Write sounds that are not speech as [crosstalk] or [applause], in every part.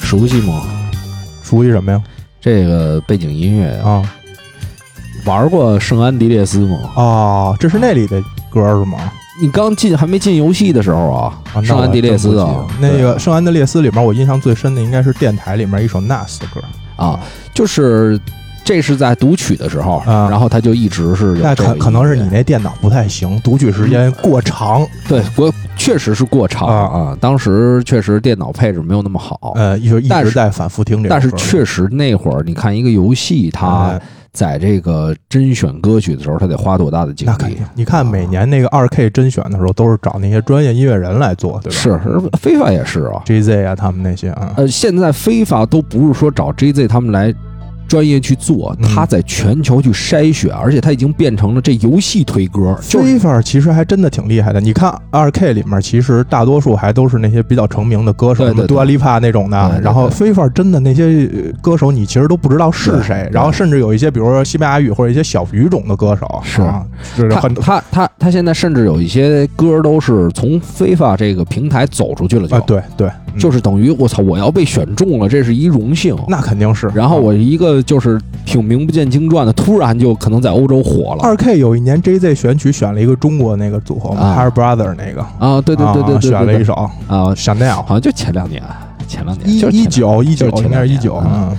熟悉吗？熟悉什么呀？这个背景音乐啊，啊玩过圣安地列斯吗？哦，这是那里的歌是吗？你刚进还没进游戏的时候啊，啊，那圣我安地列斯还真啊不，记得那个《圣安地列斯》里面，我印象最深的应该是电台里面一首 Nas 的歌，啊，就是这是在读取的时候，啊然后他就一直是有那这可个可能是音你乐那电脑不太行，读取时间过长，对过确实是过长啊啊，当时确实电脑配置没有那么好，呃，一直一但是直在反复听这个歌。但是确实啊那会儿你看一个游戏它哎。在这个甄选歌曲的时候，它得花多大的精那肯力定，？你看每年那个二 K 甄选的时候，都是找那些专业音乐人来做，对吧？是，而非法也是啊， GZ 啊，他们那些啊，呃，现在非法都不是说找 JZ 他们来专业去做，嗯他在全球去筛选，而且他已经变成了这游戏推歌，就 f 是 i f a 其实还真的挺厉害的。你看二 K 里面，其实大多数还都是那些比较成名的歌手，对什么对对杜 a 丽帕那种的。对对对然后 f i f a 真的那些呃歌手，你其实都不知道是对谁对。然后甚至有一些，比如说西班牙语或者一些小语种的歌手，是啊就是他很他他他现在甚至有一些歌都是从非法这个平台走出去了就，啊，对对，嗯就是等于我操，我要被选中了，这是一荣幸。那肯定是。啊然后我一个就是挺名不见经传的，突然就可能在欧洲火了二 K 有一年 JZ 选曲选了一个中国那个组合嘛啊，Her Brother 那个，啊！对对对对啊对选了对一对首啊， Chanel，好像就前两年，前两年一就是前一两年九一就是九前应该是一两九，年啊嗯，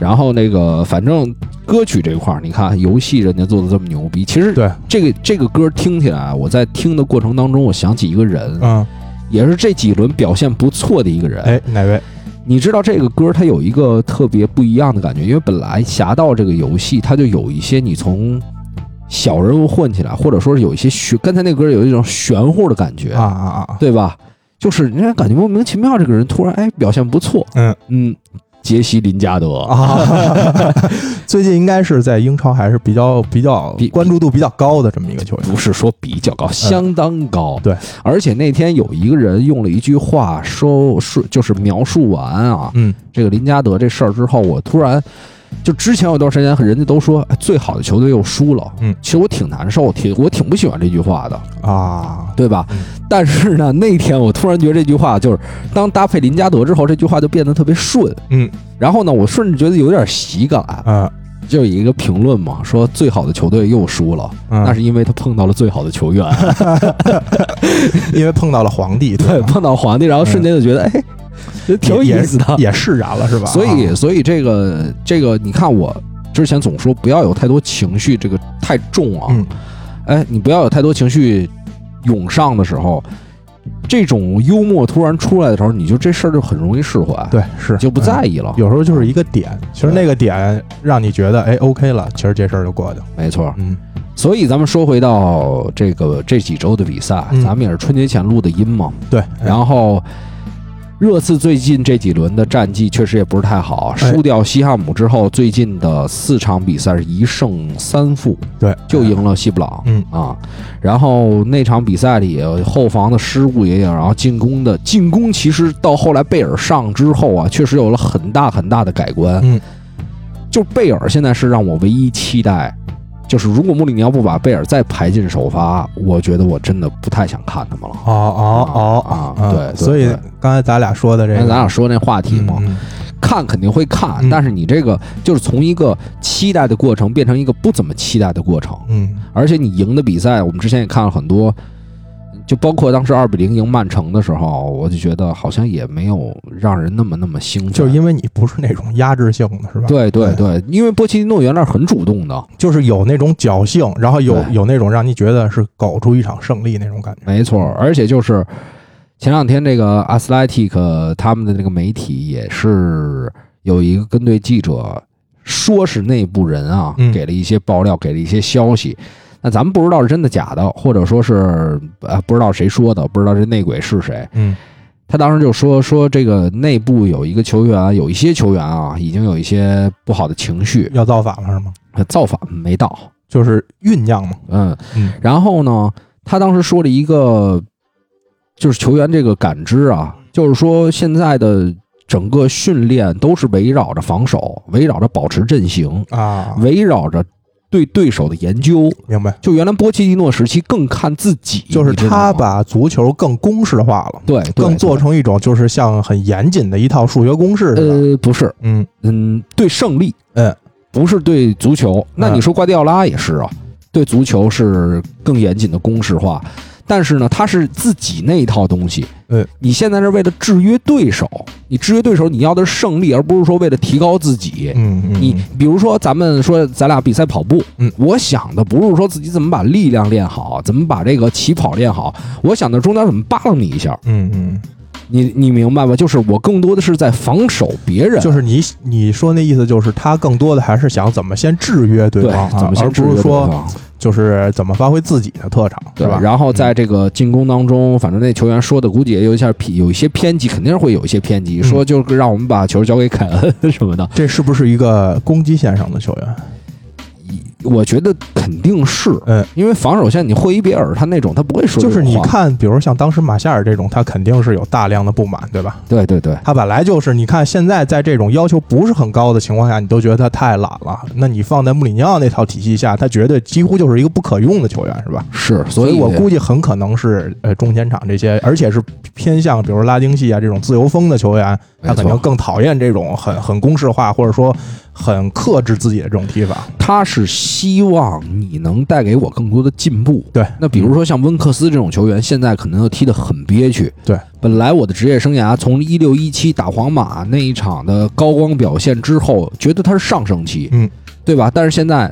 然后那个，反正歌曲这块儿，你看游戏人家做的这么牛逼，其实对，这个这个歌听起来啊，我在听的过程当中，我想起一个人，嗯，也是这几轮表现不错的一个人。哎，哪位？你知道这个歌它有一个特别不一样的感觉，因为本来《侠盗》这个游戏它就有一些你从小人物混起来，或者说是有一些玄，刚才那歌有一种玄乎的感觉啊，啊啊！对吧？就是你看感觉莫名其妙，这个人突然哎表现不错，嗯嗯，杰西林加德啊啊， [laughs] 最近应该是在英超还是比较比较比关注度比较高的这么一个球员不是说比较高，相当高。嗯对，而且那天有一个人用了一句话说说，就是描述完啊，嗯，这个林加德这事儿之后，我突然就之前有一段时间，人家都说、哎最好的球队又输了，嗯其实我挺难受，挺我挺不喜欢这句话的，啊，对吧？嗯但是呢，那天我突然觉得这句话就是当搭配林加德之后，这句话就变得特别顺，嗯。然后呢，我甚至觉得有点喜感，呃，就有一个评论嘛，说最好的球队又输了，那那是因为他碰到了最好的球员。因为碰到了皇帝， [laughs] 对，吧碰到皇帝，然后瞬间就觉得，哎，这挺有意思的。嗯也释然了是吧？啊所以，所以这个这个，你看我之前总说不要有太多情绪，这个太重啊。嗯哎，你不要有太多情绪涌上的时候，这种幽默突然出来的时候，你就这事儿就很容易释怀，啊，对是就不在意。意了。有时候就是一个点，其实对那个点让你觉得哎 OK 了，其实这事儿就过去了。没错。嗯所以咱们说回到这个这几周的比赛，嗯咱们也是春节前录的音嘛，对，哎后然后热刺最近这几轮的战绩确实也不是太好，哎输掉西汉姆之后，最近的四场比赛是一胜三负，对就赢了西布朗。嗯啊，然后那场比赛里后防的失误也有，然后进攻的进攻其实到后来贝尔上之后啊，确实有了很大很大的改观。嗯，就贝尔现在是让我唯一期待。就是如果穆里尼奥不把贝尔再排进首发，我觉得我真的不太想看他们了。哦哦哦啊嗯对对所以对刚才咱俩说的这刚个才咱俩说那话题嘛，嗯嗯看肯定会看，嗯但是你这个就是从一个期待的过程变成一个不怎么期待的过程，嗯而且你赢的比赛，我们之前也看了很多，就包括当时二比零赢曼城的时候，我就觉得好像也没有让人那么那么兴奋，就是因为你不是那种压制性的，是吧？，对对对，因为波切蒂诺原来是很主动的，就是有那种侥幸，然后有对有那种让你觉得是搞出一场胜利那种感觉。没错，而且就是前两天这个 Athletic 他们的那个媒体也是有一个跟对记者，说是内部人啊，嗯给了一些爆料，给了一些消息。那咱们不知道是真的假的，或者说是呃不知道谁说的，不知道这内鬼是谁。嗯他当时就说说这个内部有一个球员，有一些球员啊，已经有一些不好的情绪，要造反了是吗？造反没到，就是酝酿嘛。嗯，嗯然后呢，他当时说了一个，就是球员这个感知啊，就是说现在的整个训练都是围绕着防守，围绕着保持阵型，啊，围绕着对对手的研究。明白，就原来波切蒂诺时期更看自己，就是你知道他吗把足球更公式化了，对对更做对成一种就是像很严谨的一套数学公式似的。呃不是，嗯嗯，对胜利，嗯，不是对足球。那嗯你说瓜迪奥拉也是啊，对足球是更严谨的公式化，但是呢，他是自己那一套东西。嗯，你现在是为了制约对手，你制约对手，你要的是胜利，而不是说为了提高自己。嗯嗯，你比如说，咱们说咱俩比赛跑步，嗯，我想的不是说自己怎么把力量练好，怎么把这个起跑练好，我想的中间怎么扒拉你一下，嗯嗯，你你明白吧？就是我更多的是在防守别人，就是你你说那意思就是他更多的还是想怎么先制约对对方，啊，怎么先而制不约对是说方就是怎么发挥自己的特长，对是吧？然后在这个进攻当中，反正那球员说的估计也有一下偏，有一些偏激，肯定会有一些偏激，嗯说就是让我们把球交给凯恩什么的。这是不是一个攻击线上的球员？我觉得肯定是，嗯，因为防守线你霍伊别尔他那种，他不会说就是这你种话，看，比如像当时马夏尔这种，他肯定是有大量的不满，对吧？对对对，他本来就是，你看现在在这种要求不是很高的情况下，你都觉得他太懒了。那你放在穆里尼奥那套体系下，他绝对几乎就是一个不可用的球员，是吧？是，所所以我估估计很可能是呃中前场这些，而且是偏向比如拉丁系啊这种自由风的球员，没他肯定错，更讨厌这种很很公式化或者说很克制自己的这种踢法。他是希望你能带给我更多的进步。对，那比如说像温克斯这种球员，现在可能又踢得很憋屈。对，本来我的职业生涯从一六一七打皇马那一场的高光表现之后，觉得他是上升期，嗯，对吧？但是现在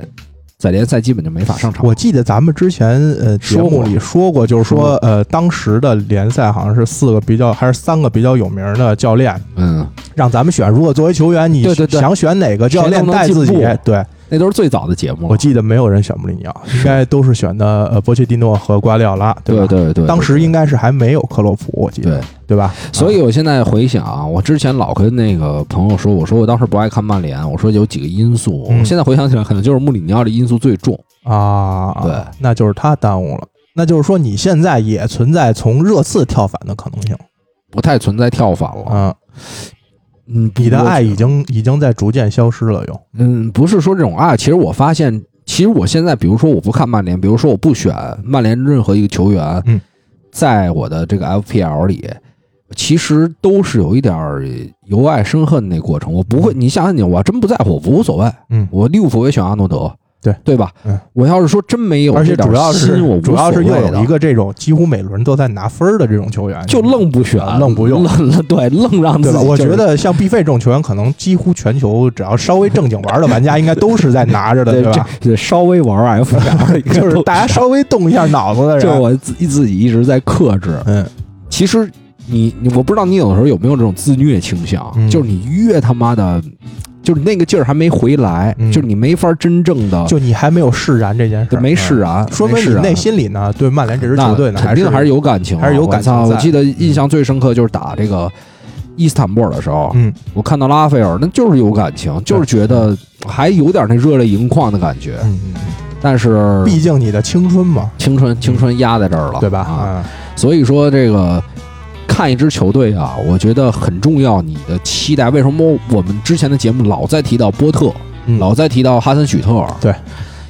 在联赛基本就没法上场。我记得咱们之前呃节说过嗯目里说过，就是说呃当时的联赛好像是四个比较还是三个比较有名的教练，嗯，让咱们选。如果作为球员，你对对对想选哪个教练带自己谁都能进？嗯对，那都是最早的节目我了。记得没有人选穆里尼奥，应该都是选的呃波切蒂诺和瓜迪奥拉，吧？对对对，当时应该是还没有克洛普，我记得，对对吧？所以我现在回想啊，我之前老跟那个朋友说，我说我当时不爱看曼联，我说有几个因素，嗯我现在回想起来，可能就是穆里尼奥的因素最重。啊，对，那就是他耽误了。那就是说，你现在也存在从热刺跳反的可能性。不太存在跳反了。嗯，嗯，你的我爱已经已经在逐渐消失了，又。嗯，不是说这种爱，其实我发现，其实我现在，比如说我不看曼联，比如说我不选曼联任何一个球员，嗯，在我的这个 FPL 里，其实都是有一点儿呃由爱生恨那过程。我不会，你想想你，我真不在乎，我无所谓。嗯我利物浦我也选阿诺德，对对吧？嗯，我要是说真没有，而且主要是我无主要所是又谓有的一个这种几乎每轮都在拿分儿的这种球员，就愣不选，啊愣不用愣 [laughs] 愣对愣让自对己吧？我就是觉得像 B 费这种球员，可能几乎全球只要稍微正经玩的玩家，应该都是在拿 [laughs] 着的，对吧？这这稍微玩 FPL [laughs] 就是大家稍微动一下脑子的这人，我自自己一直在克制。嗯，其实你你我不知道你有的时候有没有这种自虐倾向，嗯就是你越他妈的，就是那个劲儿还没回来，嗯就是你没法真正的就你还没有释然这件事就儿，没嗯释然，说明没你释然啊内心里呢，对曼联这支那球队呢，肯定还还是有感情啊，还是有感情我操在我记得印象最深刻就是打这个。伊斯坦布尔的时候，嗯我看到拉斐尔，那就是有感情，就是觉得还有点那热泪盈眶的感觉。嗯，嗯但是嗯毕竟你的青春嘛，青春青春压在这儿了，对吧？啊，啊，所以说这个看一支球队啊，我觉得很重要。你的期待，为什么我们之前的节目老在提到波特，嗯老在提到哈森许特？对，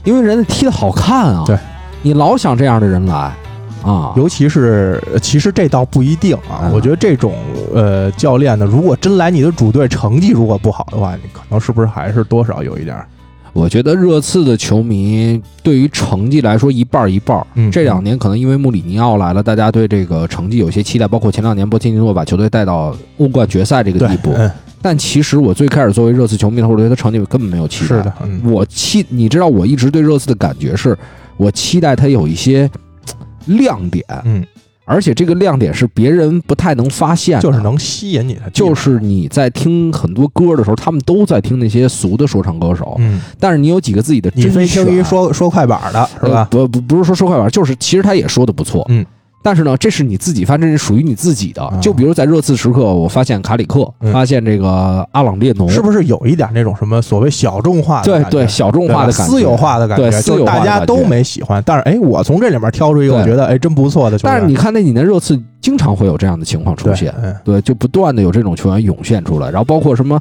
因为人家踢得好看啊。对，你老想这样的人来啊。尤其是呃其实这倒不一定啊嗯，我觉得这种呃教练呢，如果真来你的主队，成绩如果不好的话，你可能是不是还是多少有一点儿，我觉得热刺的球迷对于成绩来说一半儿一半儿。嗯这两年可能因为穆里尼奥来了，大家对这个成绩有些期待，包括前两年波切蒂诺把球队带到欧冠决赛这个对地，步。嗯，但其实我最开始作为热刺球迷的时候，我对他成绩根本没有期待。是的，嗯我期你知道我一直对热刺的感觉是，我期待他有一些嘖亮点，嗯，而且这个亮点是别人不太能发现的，就是能吸引你的地方，就是你在听很多歌的时候，他们都在听那些俗的说唱歌手，嗯，但是你有几个自己的你真啊非选听一说说快板的是呃吧？不不不是说说快板，就是其实他也说的不错，嗯。但是呢，这是你自己发现，这是属于你自己的。啊就比如在热刺时刻，我发现卡里克，嗯发现这个阿朗列侬，是不是有一点那种什么所谓小众化的嗯对感觉对，小众对吧化的感觉，私有化的感觉，对私就有是化的大家感都觉没喜欢，但是哎，我从这里面挑出一个，对我觉得哎真不错的球员。但是你看那几年热刺经常会有这样的情况出对现，嗯对，就不断的有这种球员涌现出来，然后包括什么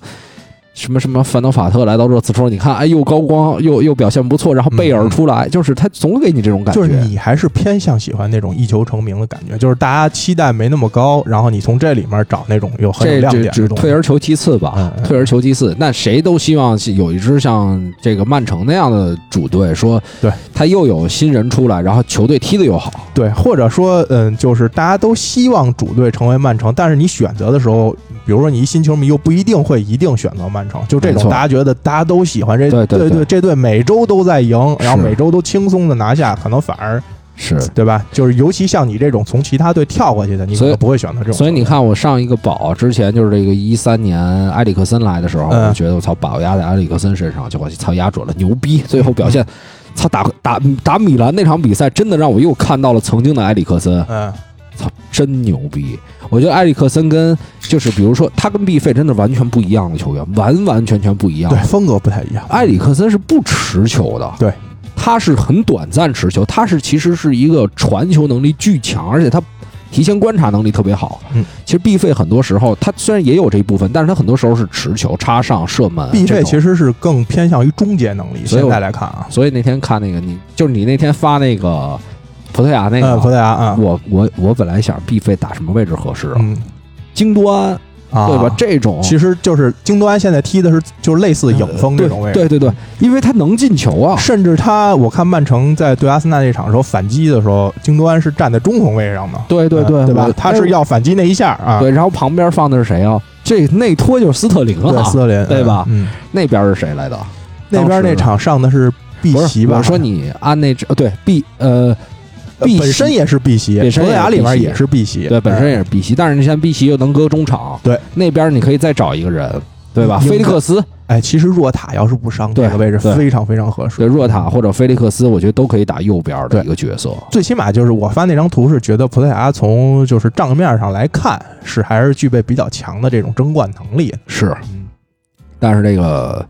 什么什么烦恼法特来到热刺说，你看，哎，又高光又又表现不错，然后贝尔出来，就是他总给你这种感觉，嗯就是你还是偏向喜欢那种一球成名的感觉，就是大家期待没那么高，然后你从这里面找那种有很有这亮这点只的东退西。而求其次吧，嗯嗯退而求其次。那谁都希望有一支像这个曼城那样的主队，说对他又有新人出来，然后球队踢得又好，对，或者说，嗯，就是大家都希望主队成为曼城，但是你选择的时候，比如说你一新球迷又不一定会一定选择曼城，就这没种错大家觉得大家都喜欢这，对对对对这队每周都在赢，然后是每周都轻松的拿下，可能反而是。对吧？就是尤其像你这种从其他队跳过去的，你可所以能不会选择这种。所以你，看，我上一个保之前就是这个一三年埃里克森来的时候，嗯我觉得我操，把我压在埃里克森身上，就我操压准了，牛逼！最后表现，嗯操打打打米兰那场比赛，真的让我又看到了曾经的埃里克森。嗯，操，真牛逼！我觉得埃里克森跟就是比如说他跟毕费真的完全不一样的球员，完完全全不一样对。，风格不太一样。埃里克森是不持球的，对，他是很短暂持球，他是其实是一个传球能力巨强，而且他提前观察能力特别好。嗯，其实毕费很多时候他虽然也有这一部分，但是他很多时候是持球、插上、射门。必啊这费种其实是更偏向于终结能力。所以现我在来看啊，所以那天看那个你就是你那天发那个葡萄牙那个，嗯，葡萄牙啊，我我我本来想毕费打什么位置合适啊？嗯京多安啊，对吧？这种呃其实就是京多安现在踢的是就是类似影锋这种位置，对对对，因为他能进球啊，甚至他我看曼城在对阿森纳那场时候反击的时候，京多安是站在中锋位上的，啊对对呃对对吧我？哎他是要反击那一下啊，对，然后旁边放的是谁啊？这内托就是斯特林对，啊，斯特林对吧嗯，嗯那边是谁来的？那边那场上的是碧不玺是，吧？我说你按那支，呃对 B 呃呃碧玺本身也是碧玺，本葡身也萄是牙里面碧玺也是碧玺，对，本身也是碧玺，但是你像碧玺又能搁中场，对，那边你可以再找一个人，对吧？应该菲利克斯哎，其实若塔要是不伤，对这个位置对非常非常合适。对若塔或者菲利克斯，我觉得都可以打右边对的一个角色，最起码就是我发那张图是觉得葡萄牙从就是账面上来看是还是具备比较强的这种争冠能力。是，嗯，但是这个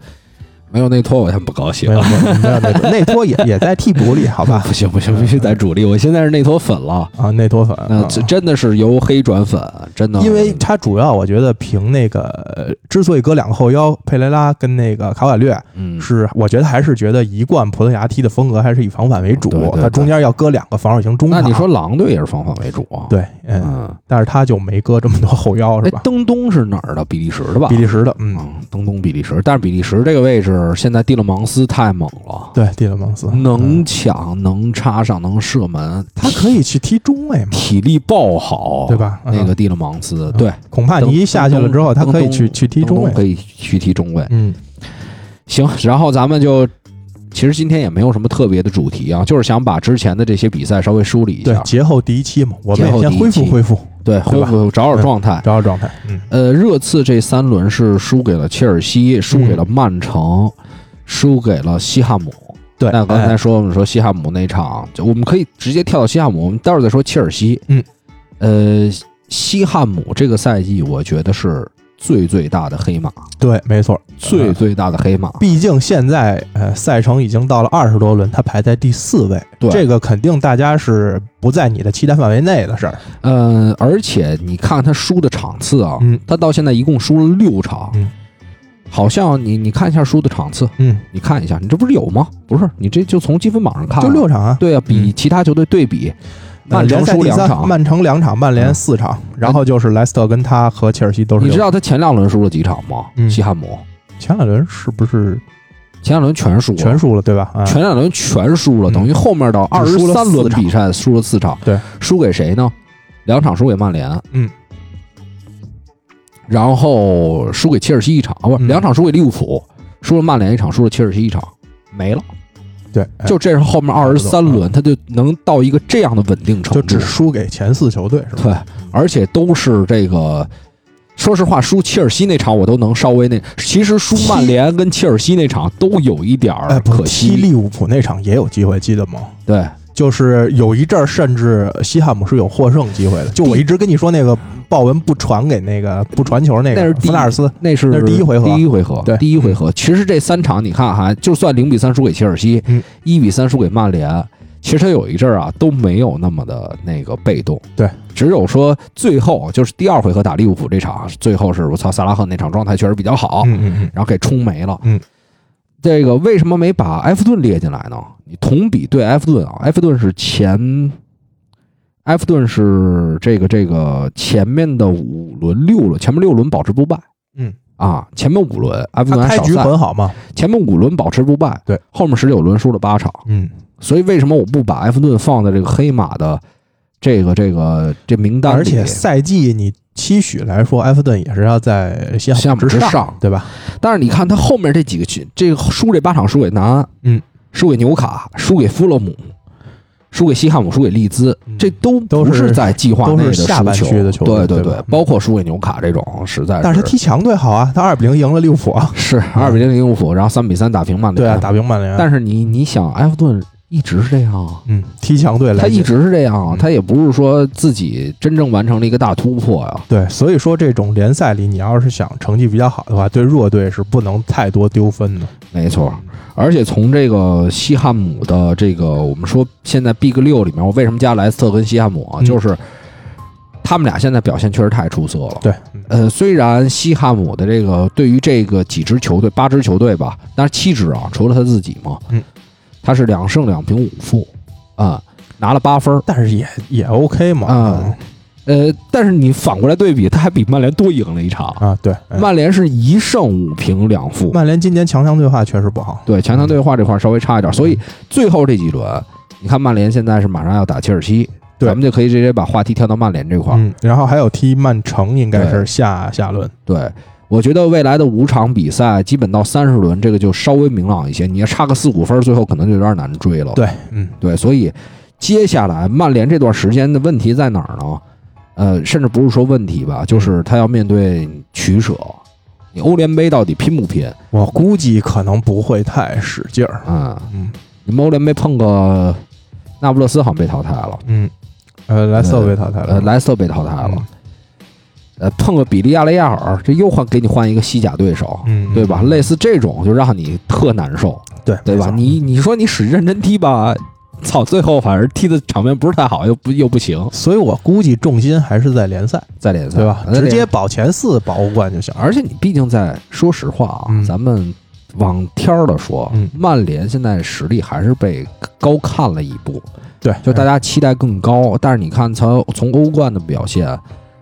没有内托，我先不高兴没。有没有没有内托，内托也也在替补里，好吧 [laughs] 不？行不行，必须得主力！我现在是内托粉了，啊，内托粉，那啊这真的是由黑转粉，真的。因为他主要我觉得凭那个，呃之所以搁两个后腰，佩雷拉跟那个卡瓦略嗯，是，我觉得还是觉得一贯葡萄牙踢的风格还是以防反为主对对，对他中间要搁两个防守型中那场。你说狼队也是防反为主啊？，对，嗯，嗯，但是他就没搁这么多后腰哎是，吧？登东是哪儿的？比利时的吧？比利时的，嗯，嗯，登东比利时，但是比利时这个位置现在蒂勒芒斯太猛了，对，蒂勒芒斯能嗯抢、能插上、能射门，他可 [laughs] 以去踢中卫嘛，体力爆好，对？吧？哦那嗯个，蒂勒芒斯，对，恐怕你一下去了之后，他可以去去踢中登卫东。可以去踢中卫。嗯， [laughs] 行，然后咱们就。其实今天也没有什么特别的主题啊，就是想把之前的这些比赛稍微梳理一对下，，节后第一期嘛，我们节后也先第一恢复期恢复，对，恢吧嗯复找找状态。找找状态。嗯，呃，热刺这三轮是输给了切尔西，输给了曼城，输给了西汉姆。对。那刚才哎说我们说西汉姆那场，就我们可以直接跳到西汉姆，我们待会儿再说切尔西。嗯，呃，西汉姆这个赛季我觉得是最最大的黑马，对，没错，嗯最最大的黑马。毕竟现在呃赛程已经到了二十多轮，他排在第四位，对这个肯定大家是不在你的期待范围内的事儿。呃，而且你看他输的场次啊，嗯他到现在一共输了六场，嗯好像你你看一下输的场次，嗯，你看一下，你这不是有吗？不是，你这就从积分榜上看啊，就六场啊，对啊，比嗯其他球队对比，呃曼城联赛输第两三，场。曼城两场，曼联嗯四场，然后就是莱斯特跟他和切尔西都是你六知场。道他前两轮输了几场吗？嗯西汉姆前两轮是不是前两轮全输了，全输了对吧？啊，前两轮全输了，嗯等于后面的二只十输了三四轮场比赛输了四场，对，输给谁呢？两场输给曼联，嗯，然后输给切尔西一场，啊不，嗯两场输给利物浦，输了曼联一场，输了切尔西一场，没了。对，哎就这是后面二十三轮，他就能到一个这样的稳定程就度，只输给前四球队是吧？对，而且都是这个。说实话，输切尔西那场我都能稍微那，其实输曼联跟切尔西那场都有一点哎，儿不是可踢惜。利物浦那场也有机会，记得吗？对，就是有一阵儿，甚至西汉姆是有获胜机会的。就我一直跟你说那个鲍文不传给那个不传球那那个是第弗纳尔斯，那是那是第一回合第一回合，对第一回合。其实这三场你看哈，就算零比三输给切尔西嗯，一比三输给曼联，其实他有一阵儿啊都没有那么的那个被动，对，只有说最后就是第二回合打利物浦这场，最后是我操萨拉赫那场状态确实比较好，嗯嗯然后给冲没了。嗯，这个为什么没把埃弗顿列进来呢？你同比对埃弗顿啊，埃弗顿是前，埃弗顿是这个这个前面的五轮六轮，前面六轮保持不败。嗯啊，前面五轮埃弗嗯，顿他还开少局赛，很好嘛，前面五轮保持不败，对，后面十九轮输了八场，嗯，所以为什么我不把埃弗顿放在这个黑马的这个这个这名单里？而且赛季你期许来说，埃弗顿也是要在西项汉目姆之上，上，对吧？但是你看他后面这几个群，这个输这八场输给南安，嗯，输给纽卡，输给富勒姆，输给西汉姆，输给利兹，嗯这都都不是在计划内都的是下半输区的球队对对对吧嗯包括输给纽卡这种，实在但是他踢强队好啊，他二比零赢了利物浦啊，是二比零利物浦，然后三比三打平曼联，对啊，打平曼联。但是你你想，埃弗顿一直是这样啊。嗯，踢强队来他劲一直是这样啊，嗯他也不是说自己真正完成了一个大突破呀、对，所以说这种联赛里，你要是想成绩比较好的话，对弱队是不能太多丢分的。没错，而且从这个西汉姆的这个，我们说现在 Big 六里面，我为什么加莱斯特跟西汉姆啊？嗯就是他们俩现在表现确实太出色了。对，嗯呃，虽然西汉姆的这个对于这个几支球队，八支球队吧，但是七支啊，除了他自己嘛，嗯，他是两胜两平五负啊、拿了八分儿。但是也也 OK 嘛。啊呃，但是你反过来对比，他还比曼联多赢了一场。啊，对，嗯曼联是一胜五平两负，曼联今年强强对话确实不好。对强强对话这块儿稍微差一点，所以最后这几轮，你看曼联现在是马上要打切尔西，对咱们就可以直接把话题跳到曼联这块儿。嗯，然后还有踢曼城，应该是下下轮。对，我觉得未来的五场比赛，基本到三十轮，这个就稍微明朗一些。你要差个四五分儿，最后可能就有点难追了。对，嗯，对，所以接下来曼联这段时间的问题在哪儿呢？呃，甚至不是说问题吧，嗯就是他要面对取舍，你欧联杯到底拼不拼？我估计可能不会太使劲儿。嗯，嗯你们欧联杯碰个那不勒斯好像被淘汰了，嗯，呃，莱斯特被淘汰了。呃，莱斯特被淘汰了。嗯呃，碰个比利亚雷亚尔，这又换给你换一个西甲对手，嗯，对吧？嗯类似这种就让你特难受，对对吧？没错你你说你使认真踢吧，操，最后反正踢的场面不是太好，又不又不行，所以我估计重心还是在联赛，在联赛对吧？呃在直接联保前四、保欧冠就行。而且你毕竟在说实话啊，嗯咱们往天儿的说，嗯曼联现在实力还是被高看了一步，对，就大家期待更高。但是你看他从欧冠的表现，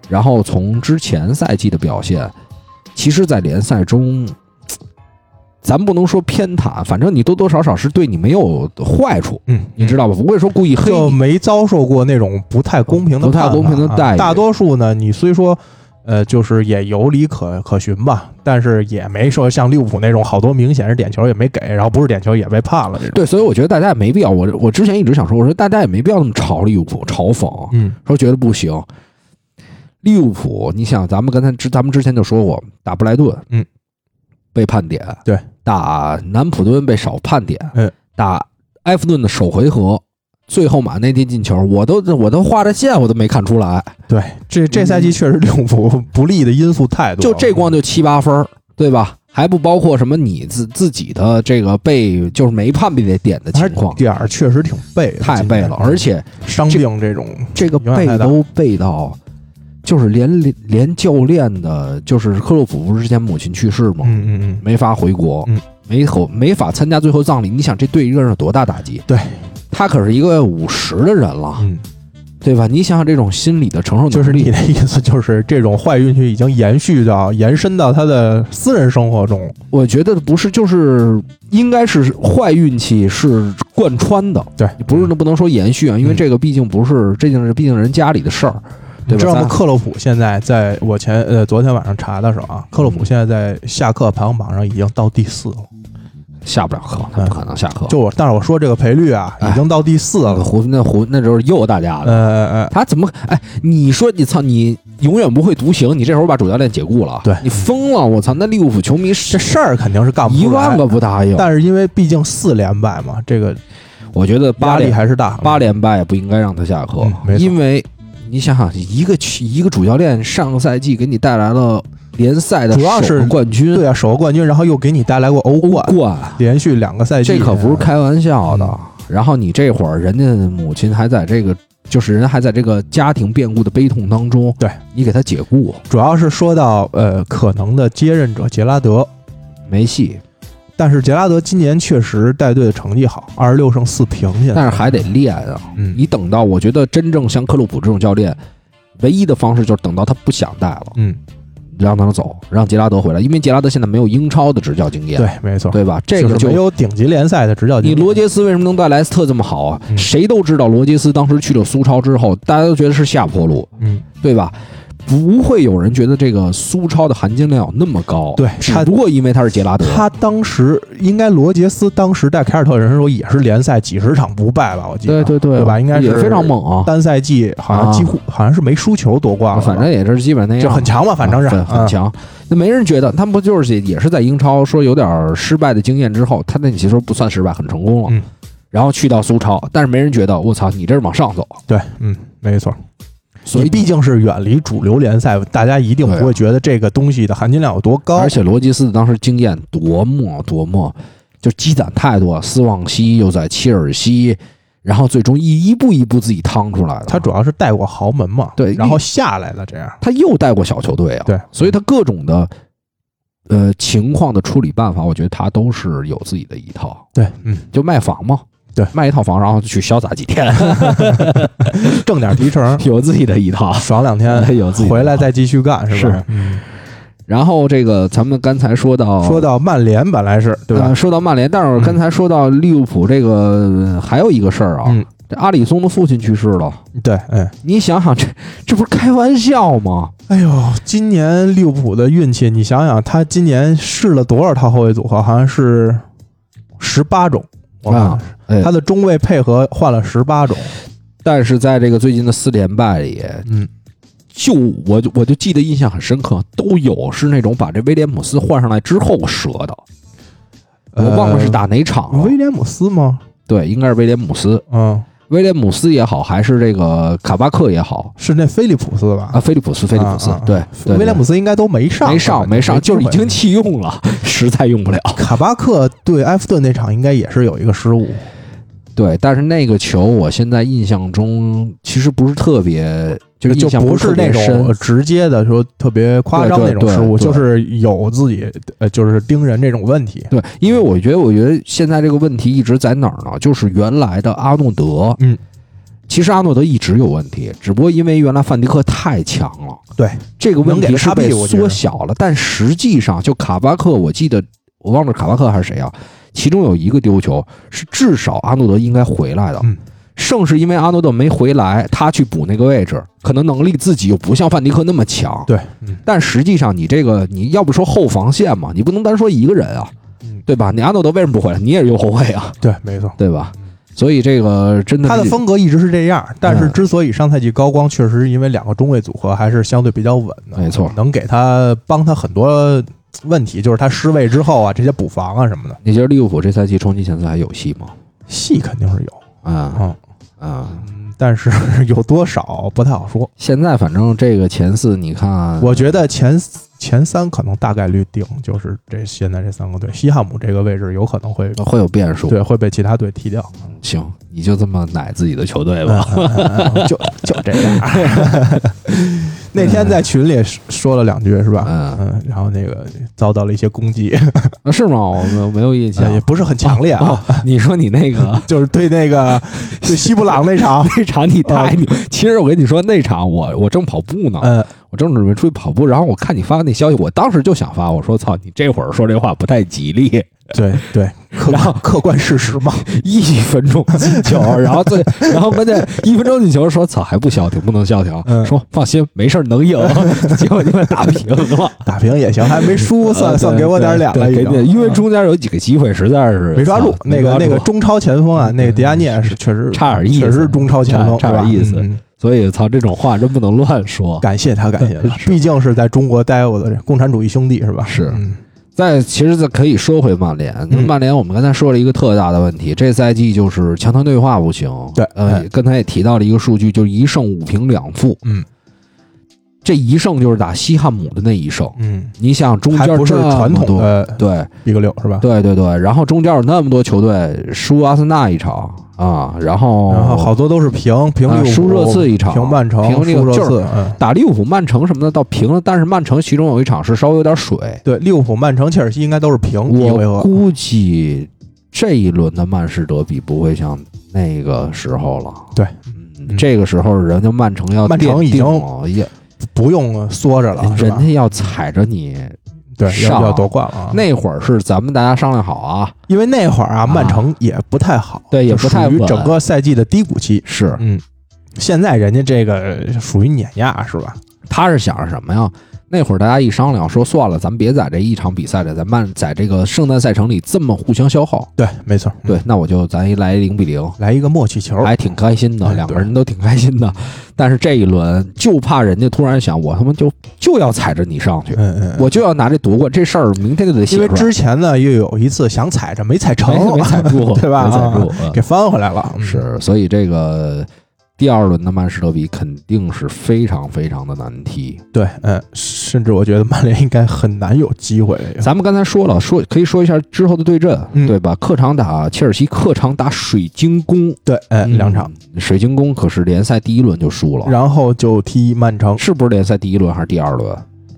然后从之前赛季的表现，其实，在联赛中，咱不能说偏袒，反正你多多少少是对你没有坏处，嗯，你知道吧？不会说故意黑就你。没遭受过那种不太公平的不太判罚公平的待遇啊大多数呢，你虽说呃，就是也有理可可循吧，但是也没说像利物浦那种好多明显是点球也没给，然后不是点球也被判了这种。对，所以我觉得大家也没必要。我我之前一直想说，我说大家也没必要那么嘲利物浦、嘲讽。嗯说觉得不行。利物浦，你想，咱们刚才之咱们之前就说过，打布莱顿，嗯，被判点，对，打南普敦被少判点，嗯，打埃弗顿的首回合，最后马内那进球，我都我都画着线，我都没看出来，对，这这赛季确实利物浦不利的因素太多了，就这光就七八分儿，对吧？还不包括什么你自自己的这个被就是没判别点的情他况，点儿确实挺背的，太今背年了，而且伤病这种，这个永远嗯背太大都背到，就是连连连教练的，就是克洛普不是之前母亲去世吗？嗯嗯嗯，没法回国，嗯没口没法参加最后葬礼。你想这对一个人有多大打击？对，他可是一个五十的人了，嗯，对吧？你想想这种心理的承受能力，就是你的意思就是这种坏运气已经延续到延伸到他的私人生活中，我觉得不是，就是应该是坏运气是贯穿的，对，不是那不能说延续啊，因为嗯这个毕竟不是，这竟是毕竟人家里的事儿，对你吧？知道吗？咱克洛普现在在我前呃昨天晚上查的时候嗯啊，克洛普现在在下课排行榜上已经到第四了。嗯下不了课，他不可能下课。嗯就我，但是我说这个赔率啊，哎已经到第四那个了。胡那胡那就是诱大家的。呃呃，他怎么？哎，你说你操，你永远不会独行，你这会儿把主教练解雇了，对你疯了！我操，那利物浦球迷这是事儿肯定是干不一出来万个不答应。但是因为毕竟四连败嘛，这个我觉得压八力连还是大。八连败也不应该让他下课，嗯没错因为你想想，一个球一个主教练上个赛季给你带来了联赛的主要首是个冠军、对啊，首个冠军，然后又给你带来过欧嗯欧冠，冠，连续两个赛季，这可不是开玩笑的。然后你这会儿人家母亲还在这个，就是人还在这个家庭变故的悲痛当中，对你给他解雇主要是说到呃可能的接任者杰拉德，没戏，但是杰拉德今年确实带队的成绩好，二十六胜四平，现在但是还得练啊。嗯你等到我觉得真正像克洛普这种教练，唯一的方式就是等到他不想带了，嗯让他走，让杰拉德回来，因为杰拉德现在没有英超的执教经验，对没错，对吧？这个就是没有顶级联赛的执教经你验，罗杰斯为什么能带莱斯特这么好啊？嗯谁都知道罗杰斯当时去了苏超之后，大家都觉得是下坡路，嗯对吧？不会有人觉得这个苏超的含金量有那么高，对只他不过因为他是杰拉德，他当时应该罗杰斯当时带凯尔特人的时候也是联赛几十场不败吧，我记对得对对，对吧应该是也非常猛啊，单赛季好像几乎、好像是没输球夺冠了吧，反正也是基本那样，就很强啊嘛，反正是、啊很很强。那没人觉得他们不就是也是在英超说有点失败的经验之后，他那其实不算失败，很成功了。嗯然后去到苏超，但是没人觉得我操，你这是往上走，嗯对，嗯，没错。所你以毕竟是远离主流联赛，大家一定不对啊会觉得这个东西的含金量有多高。而且罗杰斯当时经验多么多么，就积攒太多，斯旺西又在切尔西，然后最终一一步一步自己趟出来的。他主要是带过豪门嘛，对然后下来了这样，他又带过小球队啊，对，所以他各种的呃情况的处理办法，我觉得他都是有自己的一套。对，嗯，就卖房嘛，对卖一套房，然后去潇洒几天， [laughs]，挣点提成有自己的一套，爽两天，有哎自己的一套回来。再继续干，是吧是？嗯，然后这个咱们刚才说到说到曼联本来是对吧呃？说到曼联，但是我刚才说到利物浦这个、呃还有一个事儿啊，嗯这阿里松的父亲去世了，对，嗯，你想想这这不是开玩笑吗？哎呦，今年利物浦的运气，你想想，他今年试了多少套后卫组合？好像是十八种，我看啊哎他的中卫配合换了十八种，但是在这个最近的四连败里，嗯，就我就我就记得印象很深刻，都有是那种把这威廉姆斯换上来之后折的，我忘了是打哪场呃了，威廉姆斯吗？对，应该是威廉姆斯，嗯，威廉姆斯也好，还是这个卡巴克也好是那菲利普斯吧？啊，菲利普斯，菲利普斯啊啊，对，对威廉姆斯应该都没对上，没上没上，就是已经弃用了， [laughs] 实在用不了。卡巴克对埃弗顿那场应该也是有一个失误，对，但是那个球我现在印象中其实不是特别，就印就象不是是特别那深种呃直接的说特别夸张那对种对失误，对就对是有自己呃就是盯人这种问题。对，因为我觉得，我觉得现在这个问题一直在哪儿呢？就是原来的阿诺德，嗯，其实阿诺德一直有问题，只不过因为原来范迪克太强了，对，这个问能给题他是擦被屁股我觉缩得小了。但实际上，就卡巴克，我记得我忘了卡巴克还是谁啊，其中有一个丢球是至少阿诺德应该回来的，嗯正是因为阿诺德没回来，他去补那个位置，可能能力自己又不像范迪克那么强。对，嗯但实际上，你这个你要不说后防线嘛，你不能单说一个人啊，嗯，对吧？你阿诺德为什么不回来？你也是右后卫啊，对，没错。对吧嗯？所以这个真的他的是风格一直是这样，但是嗯之所以上赛季高光，确实是因为两个中卫组合还是相对比较稳的，没错能给他帮他很多问题，就是他失位之后啊，这些补防啊什么的，你觉得利物浦这赛季冲击前四还有戏吗？戏肯定是有啊啊、啊！嗯但是 [laughs] 有多少不太好说。现在反正这个前四，你看，我觉得前前三可能大概率定，就是这现在这三个队，西汉姆这个位置有可能会会有变数。对会被其他队踢掉，行，你就这么奶自己的球队对吧。哦 [laughs] 就就这样。那天在群里说了两句是吧？嗯嗯，然后那个遭到了一些攻击，啊是吗？我没有没有印象呃也。不是很强烈啊，哦，你说你那个 [laughs] 就是对那个对西布朗那场，那场你啊太牛，其实我跟你说那场我我正跑步呢，呃，我正准备出去跑步，然后我看你发那消息，我当时就想发，我说操，你这会儿说这话不太吉利。 [laughs] 对对，客然后观客观事实嘛，一分钟进 [laughs] 球，然后最，然后关键一分钟进球说操还不消停，不能消停，嗯说放心没事儿能 [laughs] 赢，结果你们打平了， [laughs] 打平也行，还没输， [laughs] 算算给我点脸了，啊对已给经点，因为中间有几个机会实在是没抓住操那没抓个住那个中超前锋啊，那个迪亚涅是确实差点意思确实是中超前锋，差差点是吧意思嗯嗯所以操这种话真不能乱说。感谢他，感谢他，是毕竟是在中国待过的共产主义兄弟是吧？是嗯再其实再可以说回曼联，嗯曼联我们刚才说了一个特大的问题，这赛季就是强强对话不行。对呃哎，刚才也提到了一个数据，就是一胜五平两负。嗯这一胜就是打西汉姆的那一胜，嗯，你想中还间不是这么传统多的对一个六是吧？对对对，然后中间有那么多球队输阿森纳一场啊、啊，然后然后好多都是平平利物啊浦、输热刺一场平曼城、平利输物浦热就是刺，嗯，打利物浦、曼城什么的倒平了，但是曼城其中有一场是稍微有点水，对，利物浦、曼城、切尔西应该都是平第一回我合。估计这一轮的曼市德比不会像那个时候了。对嗯，嗯这个时候人家曼城要曼城奠已经定了也不用缩着了，是人吧家？要踩着你。对，上要要夺冠了啊。那会儿是咱们大家商量好啊，因为那会儿啊啊，曼城也不太好，对也就不太属于稳整个赛季的低谷期。是嗯，现在人家这个属于碾压是吧？他是想着什么呀？那会儿大家一商量说算了，咱们别在这一场比赛里，在曼在这个圣诞赛程里这么互相消耗。对，没错。嗯，对，那我就咱一来零比零，来一个默契球，还挺开心的，哎两个对人都挺开心的。但是这一轮就怕人家突然想，我他妈就就要踩着你上去，嗯嗯，嗯我就要拿这夺冠，这事儿明天就得因写为出来。之前呢又有一次想踩着没踩成，没没踩 [laughs] 住， [laughs] 对吧啊没踩住，嗯给翻回来了。嗯，是，所以这个第二轮的曼市德比肯定是非常非常的难踢。对，嗯，甚至我觉得曼联应该很难有机会。咱们刚才说了，说可以说一下之后的对阵，嗯对吧？客场打切尔西，客场打水晶宫，对，哎，两场，嗯水晶宫可是联赛第一轮就输了，然后就踢曼城是不是联赛第一轮还是第二轮？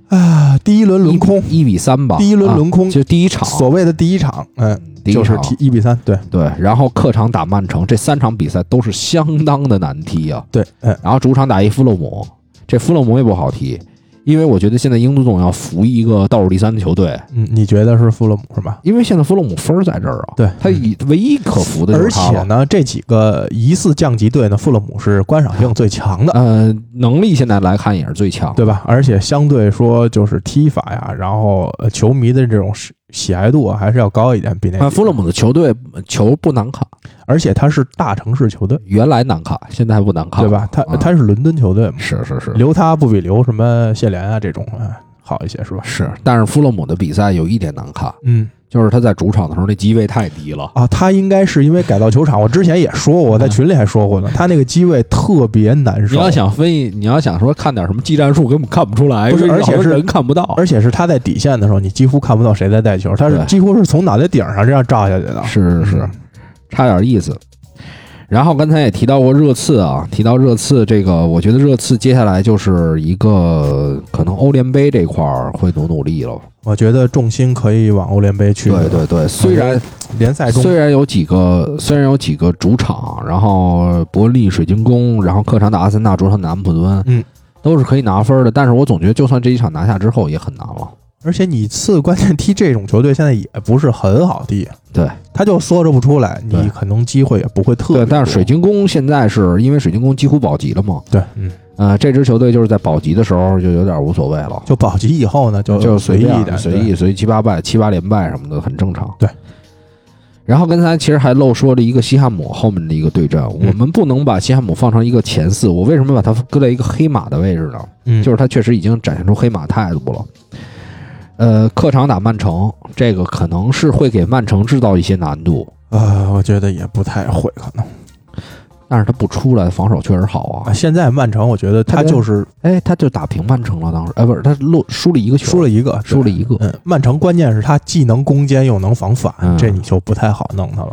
啊，第一轮轮空，一比三吧，第一轮轮空啊就第一场，所谓的第一场，嗯，第一就场是踢一比三，对对，然后客场打曼城，这三场比赛都是相当的难踢啊。对，嗯，然后主场打一富勒姆，这富勒姆也不好踢，因为我觉得现在英足总要服一个倒数第三的球队，嗯，你觉得是富勒姆是吧？因为现在富勒姆分儿在这儿啊，对嗯他以唯一可服的就而是他且了。呢，这几个疑似降级队呢，富勒姆是观赏性最强的，呃，能力现在来看也是最强的，对吧？而且相对说就是踢法呀，然后呃球迷的这种喜喜爱度啊还是要高一点，比那啊，富勒姆的球队球不难看，而且他是大城市球队，原来难看，现在还不难看，对？吧？他啊他是伦敦球队嘛，是是是留他不比留什么谢联啊这种啊好一些是吧？是，但是富勒姆的比赛有一点难看，嗯就是他在主场的时候那机位太低了。啊，他应该是因为改造球场，我之前也说过，我嗯在群里还说过呢，他那个机位特别难受。你要想分析，你要想说看点什么技战术，根本看不出来，不是因为而且好多是人看不到。而且是他在底线的时候，你几乎看不到谁在带球，他是对几乎是从脑袋顶上这样照下去的。是嗯是是，差点意思。然后刚才也提到过热刺啊，提到热刺这个，我觉得热刺接下来就是一个可能欧联杯这块儿会努努力了。我觉得重心可以往欧联杯去。对对对，虽然联赛中虽然有几个虽然有几个主场，然后呃伯利、水晶宫，然后客场打阿森纳，主场打南普敦，嗯，都是可以拿分的。但是我总觉得，就算这一场拿下之后，也很难了。而且你次关键踢这种球队现在也不是很好踢，对，他就缩着不出来，对你可能机会也不会特对，别多。但是水晶宫现在是因为水晶宫几乎保级了嘛，对，嗯，呃，这支球队就是在保级的时候就有点无所谓了，就保级以后呢，就就随随意便一点，随对意随七八败、七八连败什么的很正常。对。然后刚才其实还漏说了一个西汉姆后面的一个对阵，嗯我们不能把西汉姆放成一个前四，我为什么把它搁在一个黑马的位置呢？嗯，就是他确实已经展现出黑马态度了。呃，客场打曼城，这个可能是会给曼城制造一些难度，呃，我觉得也不太会，可能但是他不出来，防守确实好啊啊。。现在曼城，我觉得他就是哎，他就打平曼城了，当时，哎，不是，他落输了一个球，输了一个，输了一个对。，嗯，曼城关键是他既能攻坚又能防反，嗯这你就不太好弄他了。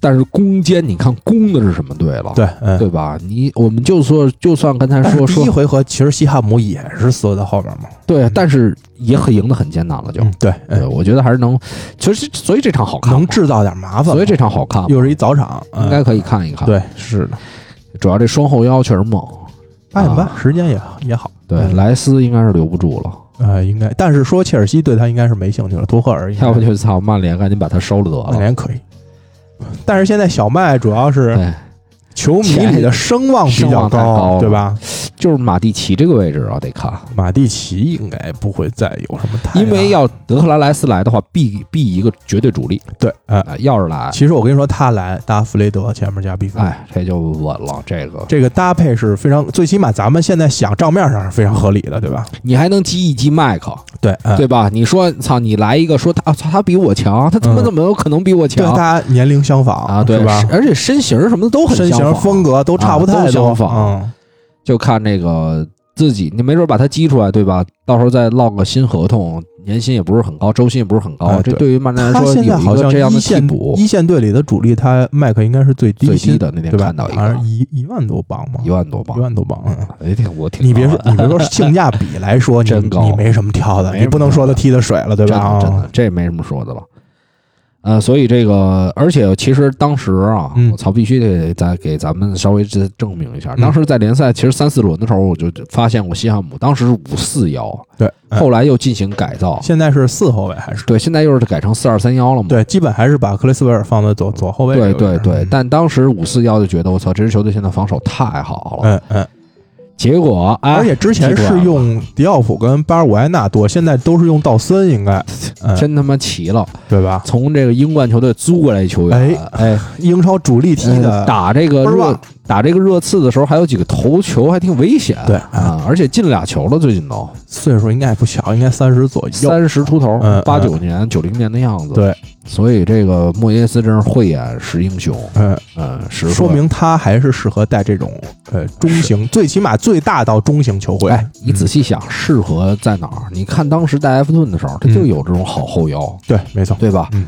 但是攻坚，你看攻的是什么队了？对，嗯，啊对吧？你我们就说，就算刚才但是说第一说回合其实西汉姆也是缩在后边嘛，对，但是也很赢得很艰难了，就。嗯，对，对，嗯，我觉得还是能，其实所以这场好看嘛，能制造点麻烦嘛，所以这场好看嘛，又是一早场，嗯应该可以看一看。，对，是的，主要这双后腰确实猛，八点啊半时间也也好，对，嗯莱斯应该是留不住了，呃，应该，但是说切尔西对他应该是没兴趣了，图赫尔应该要不就操曼联，赶紧把他收了曼得了。联可以。但是现在小麦主要是对，球迷里的声望比声较望太高了对吧？就是马蒂奇这个位置啊，得看，马蒂奇应该不会再有什么太大，因为要德克兰莱斯来的话，必必一个绝对主力对，呃，啊，要是来，其实我跟你说，他来搭弗雷德前面加比分，哎，这就稳了。这个这个搭配是非常，最起码咱们现在想账面上是非常合理的，对吧？你还能激一激麦克，对，嗯、对吧？你说操，你来一个说他啊操他比我强，他他妈嗯怎么有可能比我对，强大家年龄相仿啊？对是吧？而且身形什么的都很身相形仿风，格都差不啊太都多，相仿嗯，就看这个自己，你没准把他激出来，对吧？到时候再落个新合同，年薪也不是很高，周薪也不是很高，哎这对对于曼联来他说有现在好一个像这样一的替线补一线队里的主力，他麦克应该是最低最薪低的那天对吧？看到一好个像一一万多镑嘛，一万多吧一，万多镑。嗯哎，挺我挺你别高说 [laughs] 的，你别说性价比来说，你真高你没什么挑的，没你不能什么说他挑的踢的水了，对吧？啊真的真的，这也没什么说的了。呃，所以这个，而且其实当时啊，嗯我操，必须得再给咱们稍微这证明一下。嗯当时在联赛，其实三四轮的时候，我就发现过西汉姆，当时是五四幺，对，哎后来又进行改造，现在是四后卫还是？对，现在又是改成四二三幺了嘛。对，基本还是把克里斯维尔放在左左后卫。对嗯对对，嗯但当时五四幺就觉得我操，这支球队现在防守太好了。嗯嗯，结果，哎而且之前是用迪奥普跟巴尔维埃纳多，现在都是用道森，应该，嗯，真他妈奇了，对吧？从这个英冠球队租过来一球员，哎，英超主力踢呃的，打这个倍儿热棒打这个热刺的时候，还有几个头球，还挺危险。对嗯啊，而且进俩球了，最近都岁数应该也不小，应该三十左右。三十出头嗯，八九年、九零年的样子。，对，所以这个莫耶斯真是慧眼识英雄，嗯，嗯，识说破明他还是适合带这种呃中型，最起码最大到中型球会。哎，你仔嗯细想，适合在哪儿？你看当时带埃弗顿的时候，他嗯就有这种好后腰，对，没错，对吧？嗯，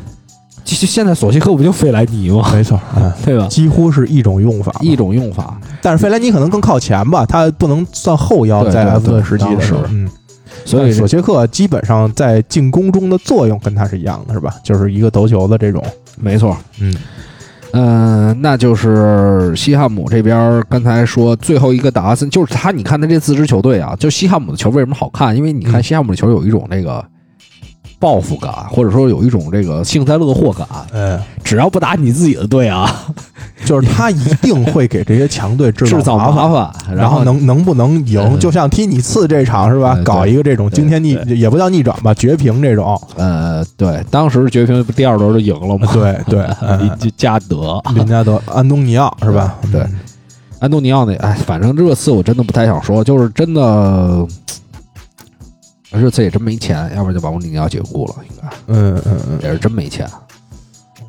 其实现在索契克不就费莱尼吗？ [laughs] 没错，嗯，对吧？几乎是一种用法吧。啊一种用法，但是费莱尼可能更靠前吧，他不能算后腰，对在对埃弗顿对时期的时候当，时嗯，所以索切克基本上在进攻中的作用跟他是一样的，是吧？就是一个头球的这种，没错，嗯，嗯，那就是西汉姆这边儿刚才说最后一个达阿森，就是他。你看他这四支球队啊，就西汉姆的球为什么好看？因为你看嗯西汉姆的球有一种这个报复感，或者说有一种这个幸灾乐祸感。呃，只要不打你自己的队啊， [laughs] 就是他一定会给这些强队制制造造麻烦。麻烦，然后后能能不能赢，嗯就像踢你次这场是吧嗯？搞一个这种对惊天逆，也不叫逆转吧，绝平 [laughs] 这种。呃，对，当时绝平不第二轮就赢了吗？对对，林嗯加加德、林加德、安东尼奥是吧？对嗯，安东尼奥那，哎，反正热刺我真的不太想说，就是真的，呃热刺也真没钱，要不然就把穆里尼奥解雇了，应该。嗯嗯嗯。也是真没钱。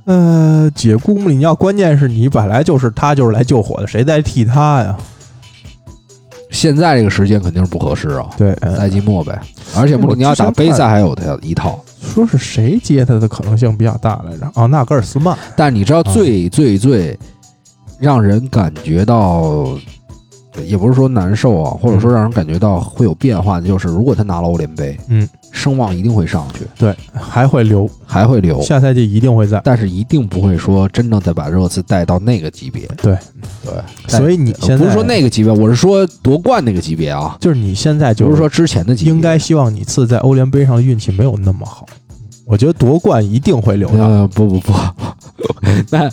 呃，解雇穆里尼奥，关键是你本来就是他就是来救火的，谁在替他呀？现在这个时间肯定是不合适啊，对，嗯赛季末呗。而且我穆里尼奥之前打杯看赛还有他一套，说是谁接他的可能性比较大来着？哦，纳格尔斯曼，但你知道最嗯最最让人感觉到，也不是说难受啊，或者说让人感觉到会有变化的，就是如果他拿了欧联杯，嗯，声望一定会上去，对，还会留，还会留，下赛季一定会在。但是一定不会说真正再把热刺带到那个级别。对对，但所以你现不在是说，那个级别，我是说夺冠那个级别啊，就是你现在就不是说之前的级别。应该希望你次在欧联杯上的运气没有那么好。我觉得夺冠一定会留的，呃，不不不， [laughs] 那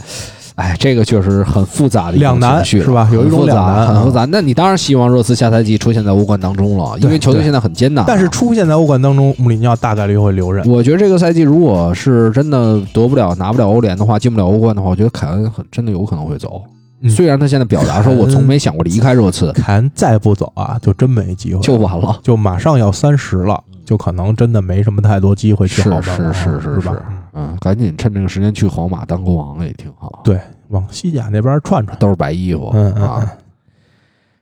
哎，这个确实很复杂的一种两难情绪了是吧有一很种复杂两难啊很复杂。那你当然希望热刺下赛季出现在欧冠当中了，因为对球队对现在很艰难啊。但是出现在欧冠当中，穆里尼奥大概率会留任。我觉得这个赛季如果是真的夺不了、拿不了欧联的话，进不了欧冠的话，我觉得凯恩很真的有可能会走。嗯虽然他现在表达说凯恩我从没想过离开热刺，凯恩再不走啊，就真没机会，就完了。就马上要三十了，就可能真的没什么太多机会去是好曼了啊是是是是吧是？嗯，赶紧趁这个时间去皇马当国王也挺好。对往西甲那边串串，都是白衣服，嗯嗯啊嗯。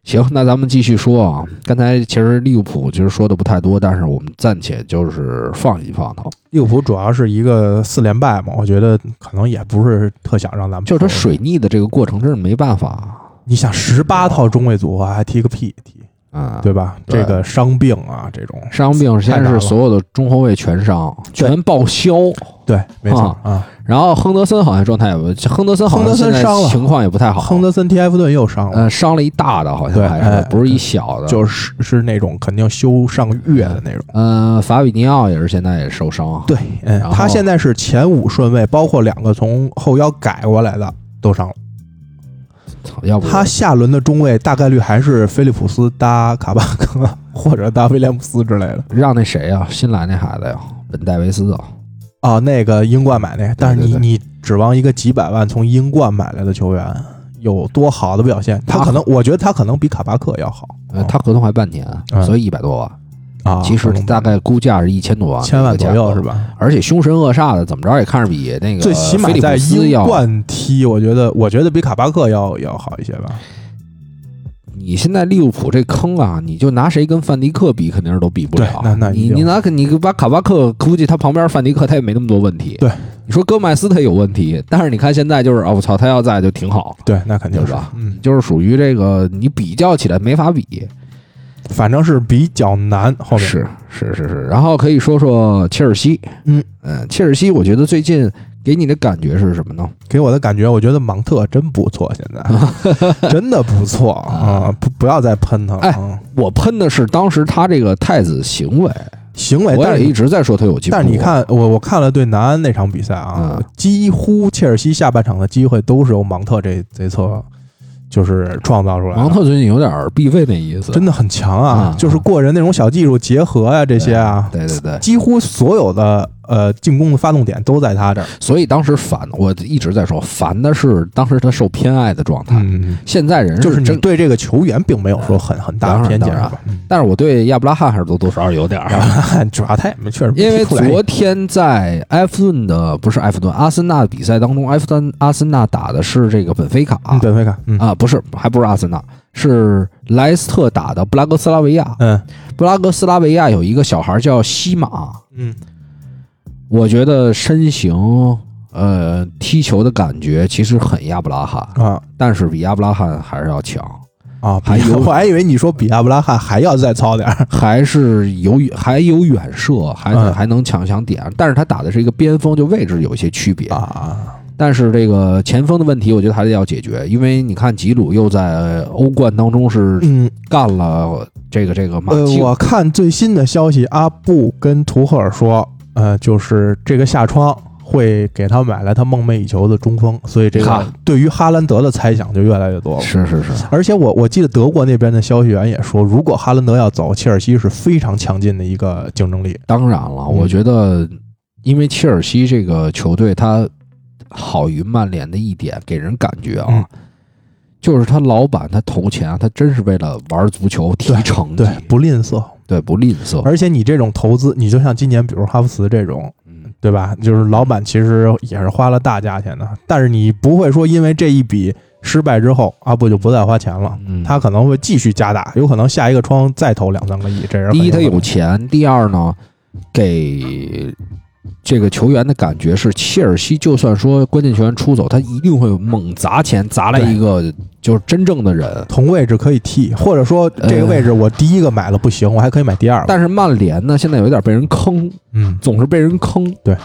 行，那咱们继续说啊。刚才其实利物浦其实说的不太多，但是我们暂且就是放一放它，利物浦主要是一个四连败嘛，我觉得可能也不是特想让咱们就是它水逆的这个过程真是没办法你想十八套中卫组合还踢个屁踢，啊。嗯对，吧？对这个伤病啊，这种伤病太先难是了所有的中后卫全伤，对全报销。对，没错啊。然后亨德森好像状态也不，亨德森好亨像德现森在伤了情况也不太好。亨德森踢埃弗顿又伤了，呃伤了一大的，好像对还哎是不是一小的。就是是那种肯定休上月的那种。嗯，法比尼奥也是现在也受伤，对，嗯然，后他现在是前五顺位，包括两个从后腰改过来的都伤了。操，要不他下轮的中卫大概率还是菲利普斯搭卡巴克或者搭威廉姆斯之类的。让那谁啊，新来那孩子呀，本戴维斯啊，啊，那个英冠买那个，但是你对对你指望一个几百万从英冠买来的球员有多好的表现？他可能，我觉得他可能比卡巴克要好。呃，他合同还半年，哦嗯所以一百多万，啊，其实可能大概估价是一千多万，千万左右是吧？吧？而且凶神恶煞的，怎么着也看着比那个最起码菲利在普斯英要冠踢，我觉得我觉得比卡巴克要要好一些吧。你现在利物浦这坑啊，你就拿谁跟范迪克比，肯定是都比不了对。那那一你定你拿你把卡巴克，估计他旁边范迪克他也没那么多问题。对，你说戈麦斯他有问题，但是你看现在就是哦，我操，他要在就挺好，对，那肯定对是吧，嗯，就是属于这个你比较起来没法比。反正是比较难。[laughs] 后面是是是是，然后可以说说切尔西，嗯嗯，切尔西，我觉得最近给你的感觉是什么呢？给我的感觉，我觉得芒特真不错，现在 [laughs] 真的不错啊！不不要再喷他了，哎啊我喷的是当时他这个太子行为，行为，我但也是一直在说他有进步。但是你，看，我我看了对南安那场比赛啊，嗯几乎切尔西下半场的机会都是由芒特这这侧就是创造出来的。芒特最近有点儿必费那意思，真的很强啊，嗯就是过人那种小技术结合呀、这些啊，对对对，几乎所有的呃进攻的发动点都在他这儿。所以当时烦，我一直在说烦的是当时他受偏爱的状态。嗯，现在人就是你真，啊对这个球员并没有说很很大的偏见，当然是吧？嗯但是我对亚布拉罕还是多多少少有点儿。主要他也没确实没因为啊 [laughs] 踢出来昨天在埃弗顿的不是埃弗顿，阿森纳的比赛当中，埃弗顿阿森纳打的是这个本菲卡，嗯，本菲卡，嗯啊，不是，还不是阿森纳，是莱斯特打的布拉格斯拉维亚。嗯布拉格斯拉维亚有一个小孩叫西马，嗯，我觉得身形，呃，踢球的感觉其实很亚布拉罕，啊但是比亚布拉罕还是要强，啊，还有我还以为你说比亚布拉罕还要再糙 [laughs] 点儿，还是有还有远射，还能、嗯还能抢抢点，但是他打的是一个边锋，就位置有一些区别。啊，但是这个前锋的问题，我觉得还得要解决，因为你看吉鲁又在欧冠当中是嗯，干了这个这个马呃，竞。我看最新的消息，阿布跟图赫尔说，呃，就是这个夏窗会给他买来他梦寐以求的中锋，所以这哈个对于哈兰德的猜想就越来越多了。是是是，而且我我记得德国那边的消息源也说，如果哈兰德要走，切尔西是非常强劲的一个竞争力。当然了，嗯我觉得，因为切尔西这个球队，它好于曼联的一点，给人感觉啊，嗯就是他老板他投钱啊，他真是为了玩足球提成绩，对，不吝啬。对嗯不吝啬。而且你这种投资，你就像今年，比如哈弗茨这种，嗯，对吧？就是老板其实也是花了大价钱的，但是你不会说因为这一笔失败之后，阿布就不再花钱了。嗯他可能会继续加大，有可能下一个窗再投两三个亿。这人第一他很可有能钱，第二呢，给这个球员的感觉是，切尔西就算说关键球员出走，他一定会猛砸钱，砸来一个就是真正的人。同位置可以替，或者说这个位置我第一个买了不行，我还可以买第二个。呃但是曼联呢，现在有点被人坑，嗯，总是被人坑。对，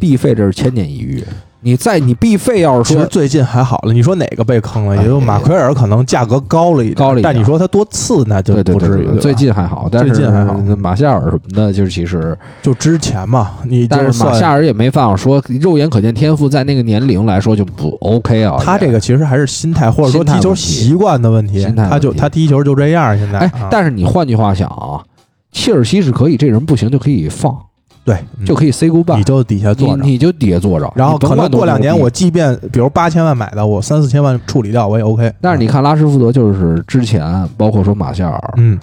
必费这是千年一遇。你在你必费要是其实说最近还好了。你说哪个被坑了？哎也就马奎尔可能价格高了一点，高了一点但你说他多次那就对对不对至对于。对对吧最近还好，但是最近还好马夏尔什么的，就是其实，就之前嘛，你就但是马算夏尔也没办法说，肉眼可见天赋在那个年龄来说就不 OK 啊。他这个，个其实还是心态或者说心态踢球问题习惯的问题心，态问题他就他踢球就这样。现在哎啊，但是你换句话想啊，切尔西是可以，这人不行就可以放，对嗯就可以 say 你 goodbye，就底下你坐着。你就底下坐着，然后你甭可能管多过两年，牛逼我即便比如八千万买的，我三四千万处理掉，我也 OK。啊但是你看拉什福德，就是之前包括说马夏尔，嗯，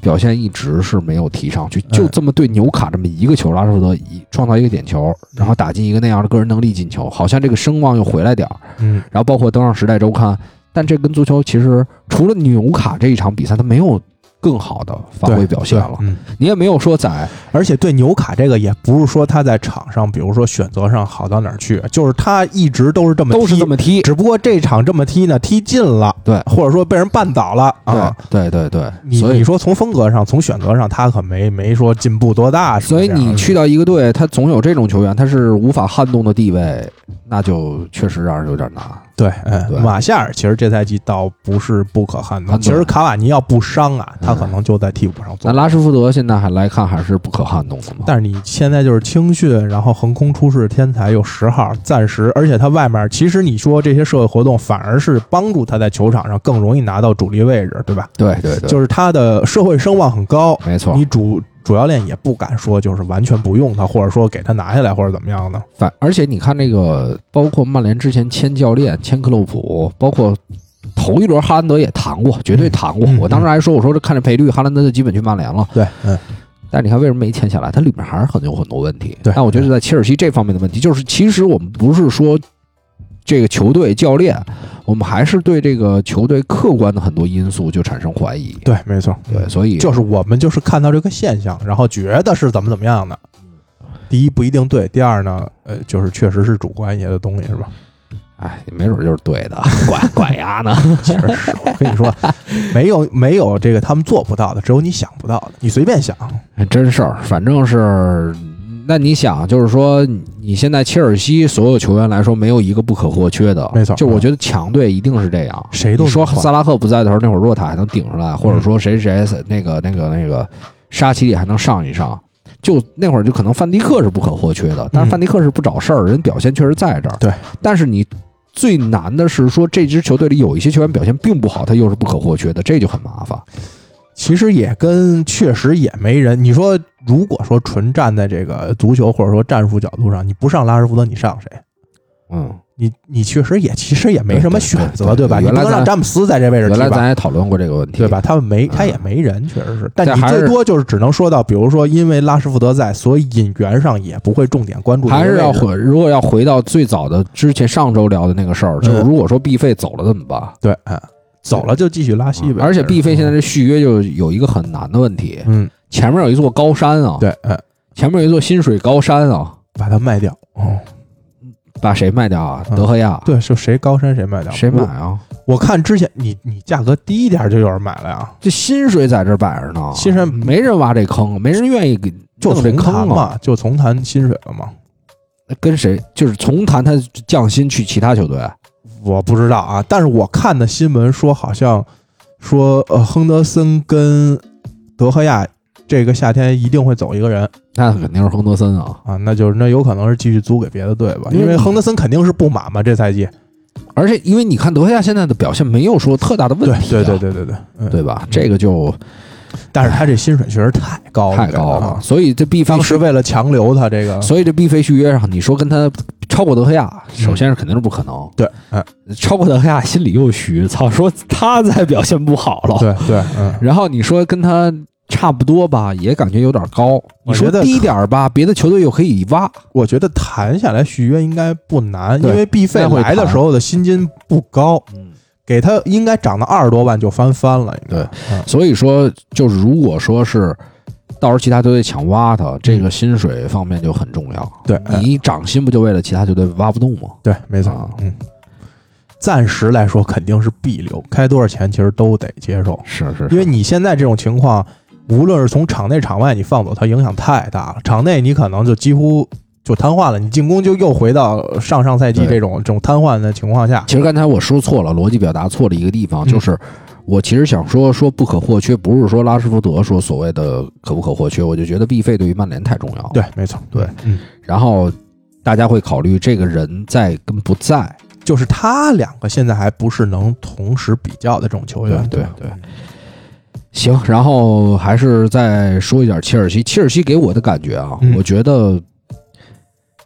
表现一直是没有提上去，嗯就这么对纽卡这么一个球，拉什福德一创造一个点球，然后打进一个那样的个人能力进球，好像这个声望又回来点儿。嗯，然后包括登上《时代周刊》，但这跟足球其实除了纽卡这一场比赛，他没有更好的发挥对表现了对。嗯，你也没有说在而且对纽卡这个也不是说他在场上，比如说选择上好到哪儿去，就是他一直都是这么都是踢这，么踢，只不过这场这么踢呢，踢进了，对或者说被人绊倒了啊。对对对对，你所以你说从风格上，从选择上，他可没没说进步多大什所么以这样的。你去到一个队，他总有这种球员，他是无法撼动的地位，那就确实让人有点难。对，嗯对，马夏尔其实这赛季倒不是不可撼撼动动，其实卡瓦尼要不伤啊，嗯他可能就在替补上那。坐拉什福德现在还来看还是不可撼动的嘛？但是你现在就是青训，然后横空出世天才又十号，暂时，而且他外面其实你说这些社会活动反而是帮助他在球场上更容易拿到主力位置，对吧？对对对，就是他的社会声望很高，没错。你主主教练也不敢说就是完全不用他，或者说给他拿下来或者怎么样的。反而且你看那个，包括曼联之前签教练、签克洛普，包括头一轮哈兰德也谈过，绝对谈过。嗯嗯我当时还说，我说这看这赔率，哈兰德就基本去曼联了。对，嗯，但是你看为什么没签下来？它里面还是很有很多问题。对但我觉得在切尔西这方面的问题，就是其实我们不是说这个球队教练我们还是对这个球队客观的很多因素就产生怀疑。对，没错，对，所以就是我们就是看到这个现象，然后觉得是怎么怎么样的。第一不一定对，第二呢，呃，就是确实是主观一些的东西，是吧？哎，没准就是对的， [laughs] 拐拐牙呢。其实是我跟你说，没有没有这个他们做不到的，只有你想不到的，你随便想。还真事儿，反正是，那你想，就是说，你现在切尔西所有球员来说，没有一个不可或缺的，没错嗯就我觉得强队一定是这样，谁都你说能换嗯萨拉赫不在的时候，那会儿若塔还能顶上来，或者说谁谁谁那个那个那个沙奇里还能上一上。就那会儿，就可能范迪克是不可或缺的，但是嗯范迪克是不找事儿，人表现确实在这儿。对，但是你最难的是说，这支球队里有一些球员表现并不好，他又是不可或缺的，这就很麻烦。其实也跟确实也没人。你说，如果说纯站在这个足球或者说战术角度上，你不上拉什福德，你上谁？嗯，你你确实也其实也没什么选择，对对对吧？你原不来能让咱詹姆斯在这位置原踢来吧咱，也讨论过这个问题，对吧？？他们没嗯他也没人，确实是。但但你还是最多就是只能说到，比如说因为拉什福德在，所以引援上也不会重点关注这个还位置，是要回，如果要回到最早的之前上周聊的那个事儿，就是嗯如果说 B 费走了怎么办？对，哎走了就继续拉稀嗯呗。而且其实 B 费现在这续约就有一个很难的问题，嗯，前面有一座高山啊，对，哎，前面有一座薪水高山啊，把它卖掉。哦，把谁卖掉啊？嗯德赫亚，，对，就谁高山谁卖掉，谁买我？啊？我看之前你你价格低一点就有人买了呀，这薪水在这摆着呢，薪水没人挖这坑，啊没人愿意给就弄这重谈坑啊。嘛，就重谈薪水了嘛。跟谁就是从谈他降薪去其他球队，我不知道啊，但是我看的新闻说，好像说呃，亨德森跟德赫亚这个夏天一定会走一个人那肯定是亨德森啊。啊，那就是那有可能是继续租给别的队吧，因为因为你亨德森肯定是不满嘛，这赛季。嗯而且因为你看德赫亚现在的表现没有说特大的问对题、啊，对对对对对，嗯对吧？这个就但是他这薪水确实太高了，太高啊了，所以这 B 费当时为了强留他这个，所以这 B 费续约上，你说跟他超过德赫亚，嗯首先是肯定是不可能。对，嗯，超过德赫亚心里又虚，操，说他再表现不好了。对对，嗯，然后你说跟他差不多吧，也感觉有点高。你我觉说得低点儿吧，别的球队又可以挖。我觉得谈下来续约应该不难，因对为 B 费应该会来的谈时候的薪金不高，嗯，给他应该涨到二十多万就翻番了，应该对，所以说，就是如果说是到时候其他球队想挖他，这个薪水方面就很重要。对，嗯哎你涨薪不就为了其他球队挖不动吗？对，没错，啊嗯，暂时来说肯定是必留，开多少钱其实都得接受，是是因为你现在这种情况，无论是从场内场外，你放走它影响太大了。场内你可能就几乎就瘫痪了，你进攻就又回到上上赛季对这种这种瘫痪的情况下，其实刚才我说错了，逻辑表达错了一个地方，嗯就是我其实想说说不可或缺，不是说拉什福德说所谓的可不可或缺，我就觉得 B 费对于曼联太重要了。对，，没错，对，嗯，然后大家会考虑这个人在跟不在，就是他两个现在还不是能同时比较的这种球员，对吧对行，然后还是再说一点切尔西，切尔西给我的感觉啊，嗯我觉得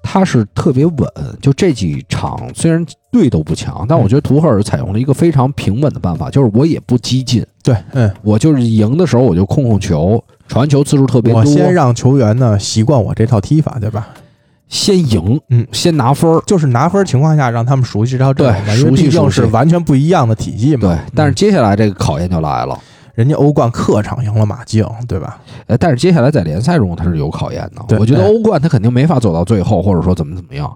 他是特别稳，就这几场虽然队都不强，但我觉得图赫尔采用了一个非常平稳的办法，就是我也不激进。对，嗯。我就是赢的时候我就控控球，传球次数特别多，我先让球员呢习惯我这套踢法，对吧？先赢，嗯先拿分儿。就是拿分情况下让他们熟悉这套阵容嘛，对因为熟悉毕竟熟是悉完全不一样的体系嘛。对，但是嗯接下来这个考验就来了，人家欧冠客场赢了马竞，对吧？呃，但是接下来在联赛中它是有考验的。对我觉得哎欧冠它肯定没法走到最后，或者说怎么怎么样，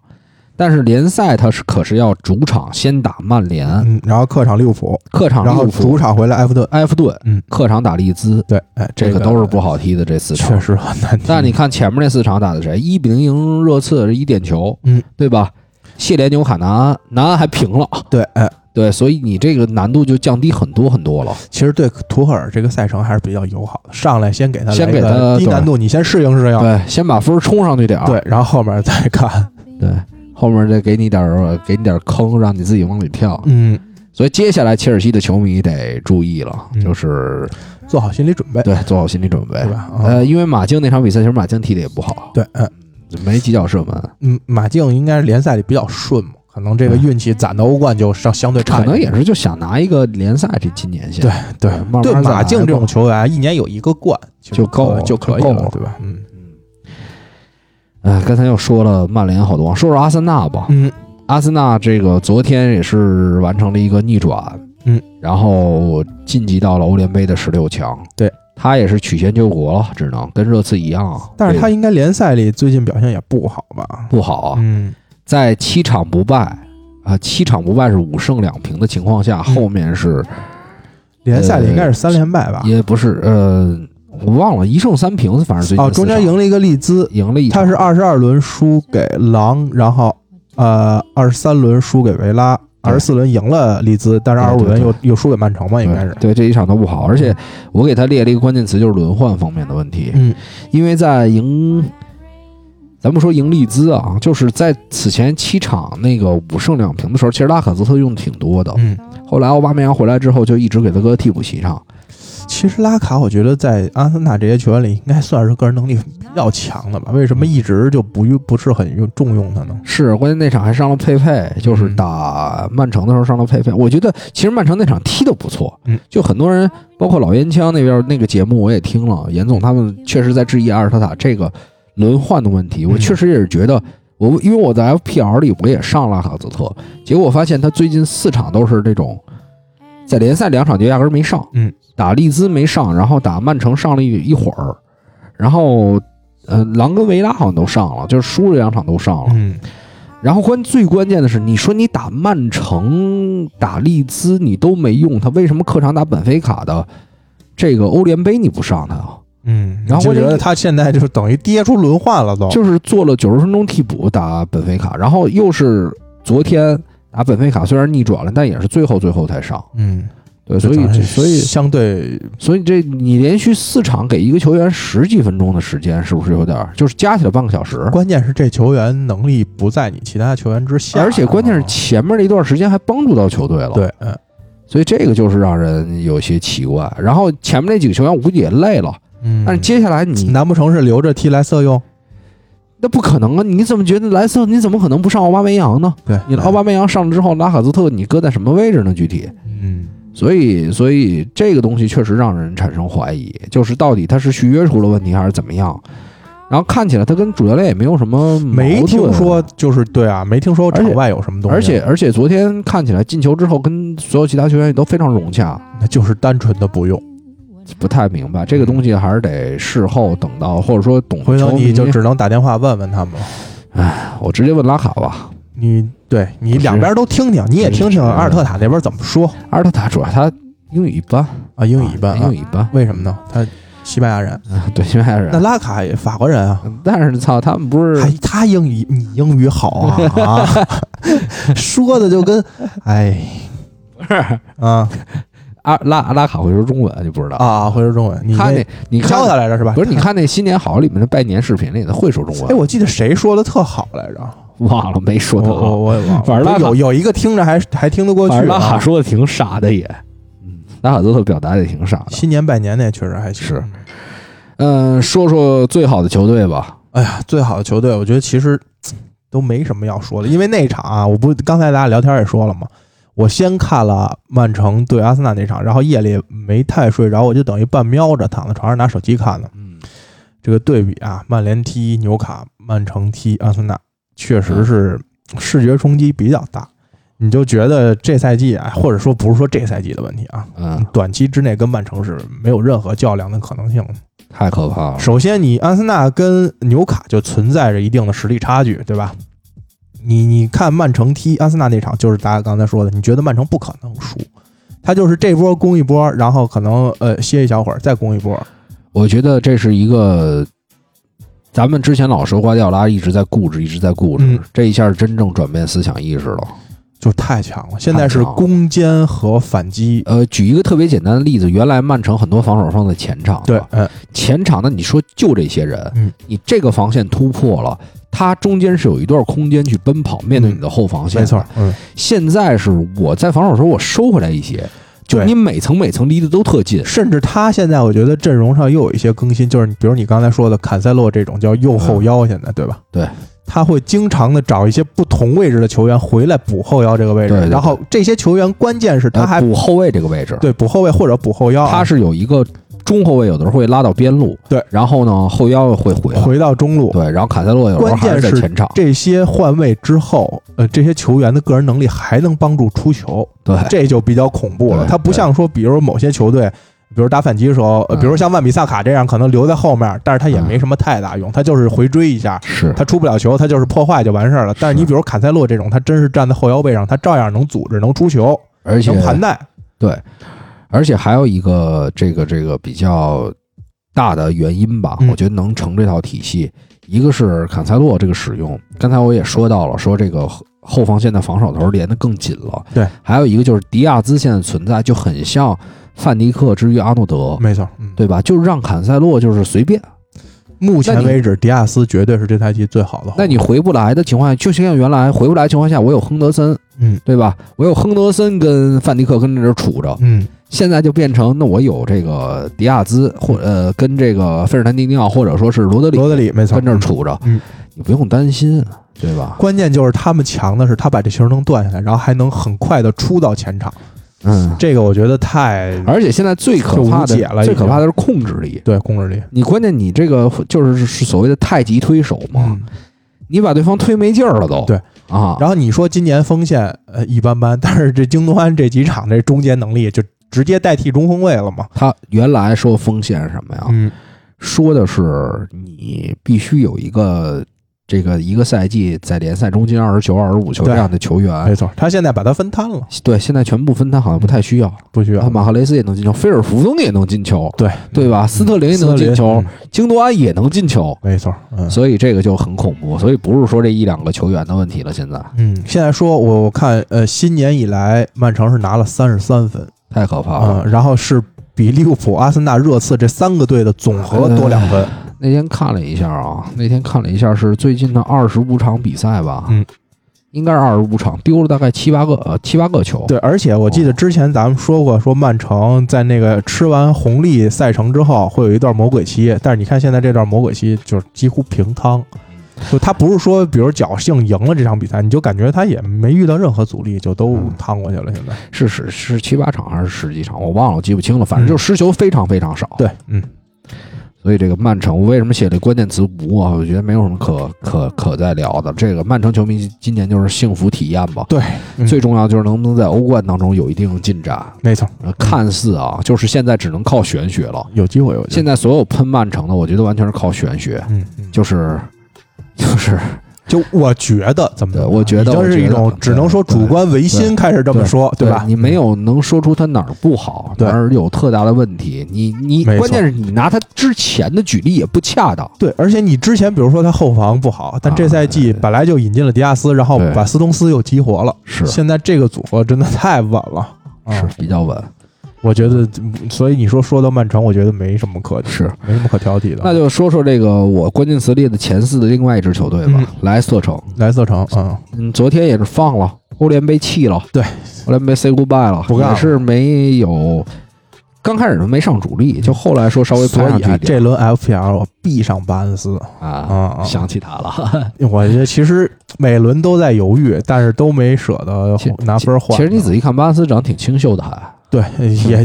但是联赛它是可是要主场先打曼联，嗯，然后客场利物浦，客场然后利物主浦、场回来埃弗顿，埃弗顿，嗯客场打利兹，对，哎，这个个都是不好踢的这四确场。实很难踢。但你看前面那四场打的谁？一比零赢热刺，这一点球，嗯，对吧？谢连纽卡南安，南安还平了。对，哎，对，所以你这个难度就降低很多很多了。其实对图赫尔这个赛程还是比较友好的，上来先给他来先给一个他低对难度，你先适应适应，对，先把分儿冲上去点儿，啊对，然后后面再看。对，后面再给你点儿给你点儿坑，让你自己往里跳。嗯，所以接下来切尔西的球迷得注意了，嗯就是做好心理准备，对做好心理准备对。吧？啊，呃，因为马竞那场比赛，其实马竞踢的也不好，对，嗯没几脚射门，嗯，马竞应该是联赛里比较顺嘛，可能这个运气攒到欧冠就相相对差可一点，能也是就想拿一个联赛这今年先。对对慢慢对再马来竞这吧种球员，啊一年有一个冠其实就够可了就可就以够了对吧？嗯呃嗯，哎，刚才又说了曼联好多，说说阿森纳吧。嗯，阿森纳这个昨天也是完成了一个逆转，嗯，然后晋级到了欧联杯的十六强。对，他也是曲线救国了，只能跟热刺一样啊。但是他这应该联赛里最近表现也不好吧？不好啊，嗯，在七场不败啊，七场不败是五胜两平的情况下，嗯后面是联赛里应该是三连败吧？也不是呃，我忘了一胜三平，反正最近哦，中间四场赢了一个利兹，赢了一场，他是二十二轮输给狼，然后呃二十三轮输给维拉，对二十四轮赢了利兹，但是对二十五对轮对又又输给曼城嘛，应该是。对对这一场都不好，而且我给他列了一个关键词，就是轮换方面的问题，嗯因为在赢，咱不说赢利兹啊，就是在此前七场那个五胜两平的时候，其实拉卡泽特用的挺多的，嗯，后来奥巴梅扬回来之后就一直给他搁替补席上，其实拉卡我觉得在阿森纳这些球员里应该算是个人能力比较强的吧？为嗯什么一直就不用不是很用重用他呢？是关键那场还上了佩佩，就是嗯打曼城的时候上了佩佩，我觉得其实曼城那场踢的不错，嗯，就很多人包括老烟枪那边那个节目我也听了，严总他们确实在质疑阿尔特塔这个轮换的问题，我嗯确实也是觉得。我因为我在 FPL 里我也上拉卡泽特，结果我发现他最近四场都是那种，在联赛两场就压根儿没上，嗯，打利兹没上，然后打曼城上了一一会儿，然后呃狼跟维拉好像都上了，就是输了两场都上了，嗯，然后关最关键的是，你说你打曼城、打利兹你都没用，他为什么客场打本菲卡的这个欧联杯你不上他啊？嗯，然后就关键觉是得他现在就等于跌出轮换了都。就是做了九十分钟替补打本菲卡，然后又是昨天打本菲卡，虽然逆转了，但也是最后最后才上。嗯，对，所以就咱这所以相对所以这你连续四场给一个球员十几分钟的时间，是不是有点儿就是加起来半个小时？关键是这球员能力不在你其他球员之下，而且关键是前面的一段时间还帮助到球队了。对，嗯所以这个就是让人有些奇怪。然后前面那几个球员我估计也累了，嗯，但是接下来你难不成是留着踢莱瑟用？那不可能啊！你怎么觉得莱斯特你怎么可能不上奥巴梅扬呢？对，你奥巴梅扬上了之后，拉卡泽特你搁在什么位置呢？具体？嗯，所以，所以这个东西确实让人产生怀疑，就是到底他是续约出了问题还是怎么样？然后看起来他跟主教练也没有什么嗯矛盾没听说，就是对啊，没听说而且场外有什么东西，啊而且而且昨天看起来进球之后跟所有其他球员也都非常融洽，那就是单纯的不用，不太明白这个东西还是得事后等到，或者说懂嗯回头球迷你就只能打电话问问他们了。我直接问拉卡吧。你对你两边都听听，你也听听是阿尔特塔那边怎么说阿尔特塔主要他英语一般，啊？英语一般啊啊英语，一般，为什么呢？他西班牙人，啊 [laughs] 对嗯西班牙那人。拉卡也法国人啊，但是操，他们不还是他英语你英语好啊， [laughs] 啊说的就跟哎啊阿拉拉卡会说中文，你不知道？啊，会说中文，你他那你看教他来着是吧？不是？你看那新年好里面的拜年视频里，他会说中哎，文，我记得谁说的特好来着？忘了没说我他我好。我也忘了，反正拉卡有有一个听着还还听得过去反啊。正拉卡说的挺傻的也，嗯，拉卡泽特表达的也挺傻的。新年拜年那确实还行是嗯，说说最好的球队吧，哎呀，最好的球队，我觉得其实嘖都没什么要说的，因为那场啊，我不刚才咱俩聊天也说了嘛，我先看了曼城对阿森纳那场，然后夜里没太睡着，我就等于半瞄着躺在床上拿手机看的。嗯，这个对比啊，曼联踢纽卡，曼城踢阿森纳，确实是视觉冲击比较大。你就觉得这赛季啊，或者说不是说这赛季的问题啊，嗯，短期之内跟曼城是没有任何较量的可能性的。太可怕了。首先，你阿森纳跟纽卡就存在着一定的实力差距，对吧？你你看曼城踢阿森纳那场，就是大家刚才说的，你觉得曼城不可能输，他就是这波攻一波，然后可能呃歇一小会儿再攻一波，我觉得这是一个，咱们之前老说瓜迪奥拉一直在固执，一直在固执，嗯这一下真正转变思想意识了。就是太强了。现在太是强了攻坚和反击，呃，举一个特别简单的例子，原来曼城很多防守放在前场，啊对，嗯前场呢，你说就这些人，嗯你这个防线突破了，他中间是有一段空间去奔跑，面对你的后防线，没错。，嗯，现在是我在防守的时候，我收回来一些，就对你每层每层离得都特近，甚至他现在我觉得阵容上又有一些更新，就是你比如你刚才说的坎塞洛这种叫右后腰，现在对吧？嗯对，他会经常的找一些不同位置的球员回来补后腰这个位置对对，对然后这些球员关键是他呃还补后卫这个位置，对补后卫或者补后腰啊，他是有一个中后卫有的时候会拉到边路，对然后呢后腰会回来，回到中路，对，然后卡塞洛有时候还在关键是前场，这些换位之后，呃，这些球员的个人能力还能帮助出球，对，这就比较恐怖了。对他不像说，比如某些球队，比如打反击的时候，呃嗯比如像万比萨卡这样，可能留在后面，但是他也没什么太大用，他就是回追一下，是他出不了球，他就是破坏就完事儿了。但是你比如坎塞洛这种，他真是站在后腰位上，他照样能组织、能出球、而且能盘带。对，而且还有一个这个这个比较大的原因吧，嗯我觉得能成这套体系，一个是坎塞洛这个使用，刚才我也说到了，说这个后后防线的防守头连得更紧了，对，还有一个就是迪亚兹现在存在就很像范迪克之于阿诺德，没错，嗯，对吧？就是让坎塞洛就是随便，目那前你为止，迪亚斯绝对是这台棋最好的后卫。那你回不来的情况下，就像原来回不来的情况下，我有亨德森，嗯对吧？我有亨德森跟范迪克跟这儿杵着，嗯，现在就变成，那我有这个迪亚兹，或呃跟这个费尔南迪尼奥，或者说是罗德里罗德里没错，跟这儿嗯杵着，嗯你不用担心，对吧？关键就是他们强的是，他把这球能断下来，然后还能很快的出到前场。嗯，这个我觉得太而且现在最可怕就无解了的，已经最可怕的是控制力。对控制力。你关键你这个就是是所谓的太极推手嘛，嗯，你把对方推没劲儿了都。对啊，然后你说今年锋线呃一般般，但是这京东安这几场这中间能力就直接代替中锋位了嘛？他原来说锋线是什么呀？嗯，说的是你必须有一个这个一个赛季在联赛中进二十球、二十五球这对样的球员没。错，他现在把它分摊了，对，现在全部分摊好像不太需要。不需然后要。马赫雷斯也能进球，菲尔福登也能进球，对对吧？斯特林也嗯斯特能林进球嗯，京多安也能进球，没错，嗯所以这个就很恐怖。所以不是说这一两个球员的问题了，现在嗯，现在说我我看呃新年以来，曼城是拿了三十三分太可怕啊、了。嗯然后是比利物浦、阿森纳、热刺这三个队的总和多两分。那天看了一下啊，那天看了一下是最近的二十五场比赛吧，嗯，应该是二十五场，丢了大概七八个呃七八个球，对，而且我记得之前咱们说过，说曼城在那个吃完红利赛程之后，会有一段魔鬼期。但是你看现在这段魔鬼期，就是几乎平汤，就他不是说比如侥幸赢了这场比赛，你就感觉他也没遇到任何阻力，就都嗯趟过去了。现在，是是是七八场还是十几场，我忘了，我记不清了，反正就失球非常非常少。嗯对，嗯，所以这个曼城，我为什么写这关键词无啊？我觉得没有什么可可可再聊的。这个曼城球迷今年就是幸福体验吧。对，嗯最重要就是能不能在欧冠当中有一定进展。没错，呃看似啊，就是现在只能靠玄学了。有机会，我觉现得。在所有喷曼城的，我觉得完全是靠玄学，嗯，嗯就是就是就我觉得怎么对讲，我觉得已经我是觉一得种只能说对主观唯对心开始这么对说，对吧？你没有能说出他哪儿不好，对哪儿有特大的问题。你你没错关键是你拿他之前的举例也不恰当。对，而且你之前比如说他后防不好，但这赛季本来就引进了迪亚斯，然后啊对把斯通斯又激活了，是现在这个组合真的太稳了。啊是，比较稳，我觉得，所以你说说到曼城，我觉得没什么可是没什么可挑剔的。那就说说这个我关键词列的前四的另外一支球队吧，嗯莱斯特城。莱斯特城，嗯，嗯，昨天也是放了，欧联杯弃了，对，欧联杯 say goodbye 了，不干了也是没有。刚开始没上主力，就后来说稍微所攀上以去啊一点这轮 FPL 我必上巴恩斯啊，啊，想起他了。我觉得其实每轮都在犹豫，但是都没舍得其拿分换。其实你仔细看，巴恩斯长挺清秀的，还对也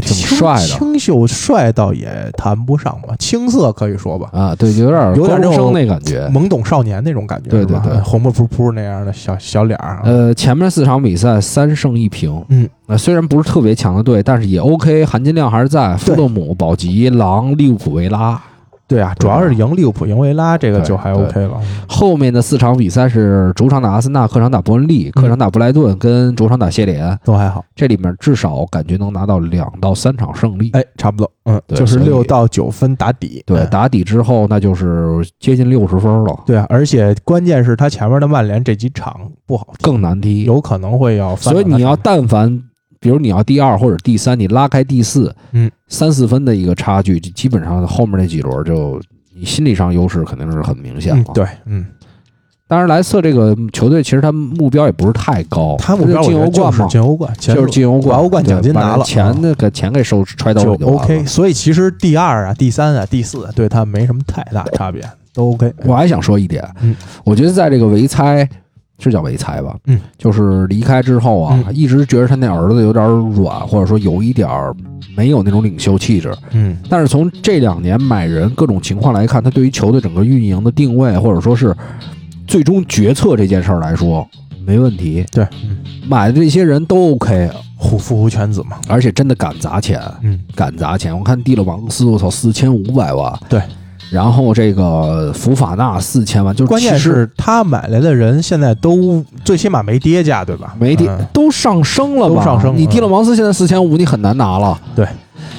挺嗯清帅的清秀帅倒也谈不上吧，青涩可以说吧。啊，对，有点有点高中那种生那感觉。懵懂少年那种感觉，对是吧对对红不扑扑那样的小小脸儿，啊呃，前面四场比赛三胜一平，嗯，那虽然不是特别强的队，但是也 OK，含金量还是在。对富勒姆、保级、狼、利物浦、维拉，对啊，主要是赢利物浦、赢维拉，这个就还对 OK 了。后面的四场比赛是主场打阿森纳，客场打伯恩利，嗯客场打布莱顿，跟主场打谢联。都还好，这里面至少感觉能拿到两到三场胜利。哎，差不多，嗯，对就是所以六到九分打底，对，嗯打底之后那就是接近六十分了，对啊，而且关键是他前面的曼联这几场不好踢，更难踢。有可能会要嗯所翻盘的以场面，你要但凡，比如你要第二或者第三，你拉开第四，嗯，三四分的一个差距，就基本上后面那几轮就你心理上优势肯定是很明显嗯了。，对，嗯，当然莱斯特这个球队其实他目标也不是太高，他目标就我进欧觉得冠就是嘛，进欧冠，前就是路进欧冠，把欧冠奖金对把拿了啊钱那个钱给收揣兜就里就完了 OK。所以其实第二啊、第三啊、第四啊，对他没什么太大差别，都 OK。我还想说一点嗯，我觉得在这个维猜是叫维才吧？嗯，就是离开之后啊，一直觉得他那儿子有点软，或者说有一点儿没有那种领袖气质。嗯但是从这两年买人各种情况来看，他对于球队整个运营的定位，或者说是最终决策这件事儿来说，没问题。对，嗯，买的这些人都 OK，护父无犬子嘛，而且真的敢砸钱，嗯敢砸钱。我看蒂勒王斯，我操，四千五百万。对。然后这个福法纳四千万，就是关键其实是他买来的人现在都最起码没跌价，对吧？没跌嗯，都上升了吧？都上升了你蒂勒王斯现在四千五，你很难拿了。对，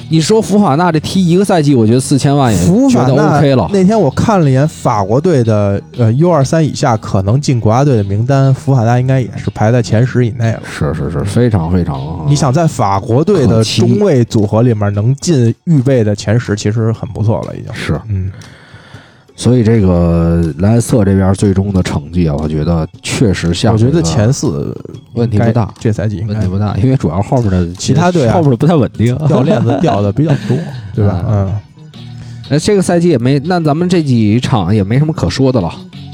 你说福法纳这踢一个赛季，我觉得四千万也福哎觉法得纳 OK 了。那天我看了一眼法国队的呃 U 二三以下可能进国家队的名单，福法纳应该也是排在前十以内了。是是是，非常嗯非常。你想在法国队可的惜中卫组合里面能进预备的前十，其实很不错了，已经。是，嗯，所以这个莱斯特这边最终的成绩啊，我觉得确实像我觉这啊个得前四问题不大，这赛季应问该题不大，因为主要后面的其他队啊后面的不太稳 [laughs] 定，掉链 [laughs] 子掉的比较多，对吧？嗯，那哎这个赛季也没，那咱们这几场也没什么可说的了，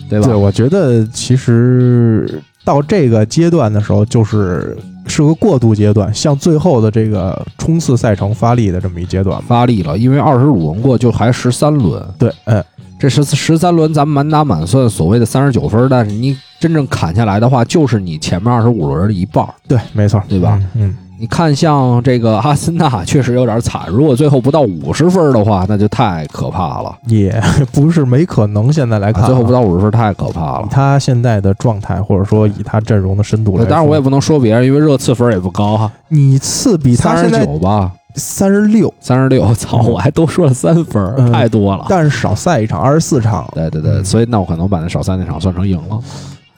对吧？对，我觉得其实到这个阶段的时候，就是是个过渡阶段，向最后的这个冲刺赛程发力的这么一阶段吧。发力了，因为二十五轮过就还十三轮，对，嗯，这十十三轮咱们满打满算所谓的三十九分，但是你真正砍下来的话，就是你前面二十五轮的一半儿。对，没错，对吧？嗯，你看，像这个阿森纳确实有点惨，如果最后不到五十分的话，那就太可怕了。嗯也 [laughs] 不是没可能。现在来看啊啊，最后不到五十分太可怕以了。他现在的状态，或者说以他阵容的深度那来，当然，我也，不能说别人，因为热刺分也不高哈，你次比 [laughs] 他三现十在九吧，三十六，三十六。 [laughs] 操，我还多说了三分儿，嗯太多了。但是少赛一场，二十四场，啊对对对，嗯所以那我可能把那少三那场算成赢了，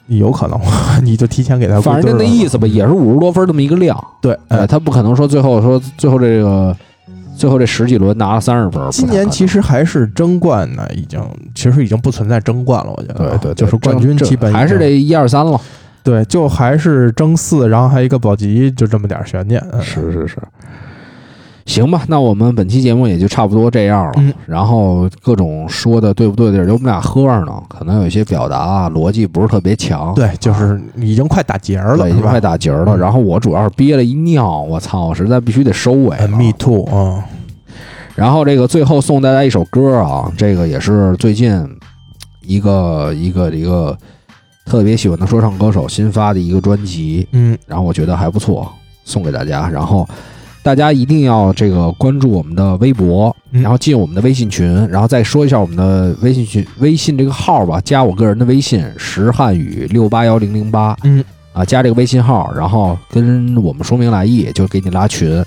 你有可能 [laughs] 你哎就嗯提前给他，反正就那意思吧，，也是五十多分这么一个量。对，呃，嗯。他不可能说最后说最后这个最后这十几轮拿了三十分儿。今年其实实还是争冠呢，已经其实已经不存在争冠了，我觉得对啊对，就是这冠军基本已经还是这一二三了。对，就还是争四，然后还有一个保级，就这么点儿悬念。嗯是是是。行吧，那我们本期节目也就差不多这样了。嗯然后各种说的对不对的地儿，就我们俩喝着呢，可能有一些表达啊逻辑不是特别强，对，就是已经快打结儿对，了，已是经吧快打结儿了。嗯然后我主要是憋了一尿，我操，我实在必须得收尾了。嗯，Me too 啊，然后这个最后送大家一首歌啊，这个也是最近一个一个一个特别喜欢的说唱歌手新发的一个专辑，嗯，然后我觉得还不错，送给大家。然后大家一定要这个关注我们的微博，嗯然后进我们的微信群，然后再说一下我们的微信群微信这个号吧，加我个人的微信石汉语六八幺零零八，嗯啊，加这个微信号，然后跟我们说明来意，就给你拉群。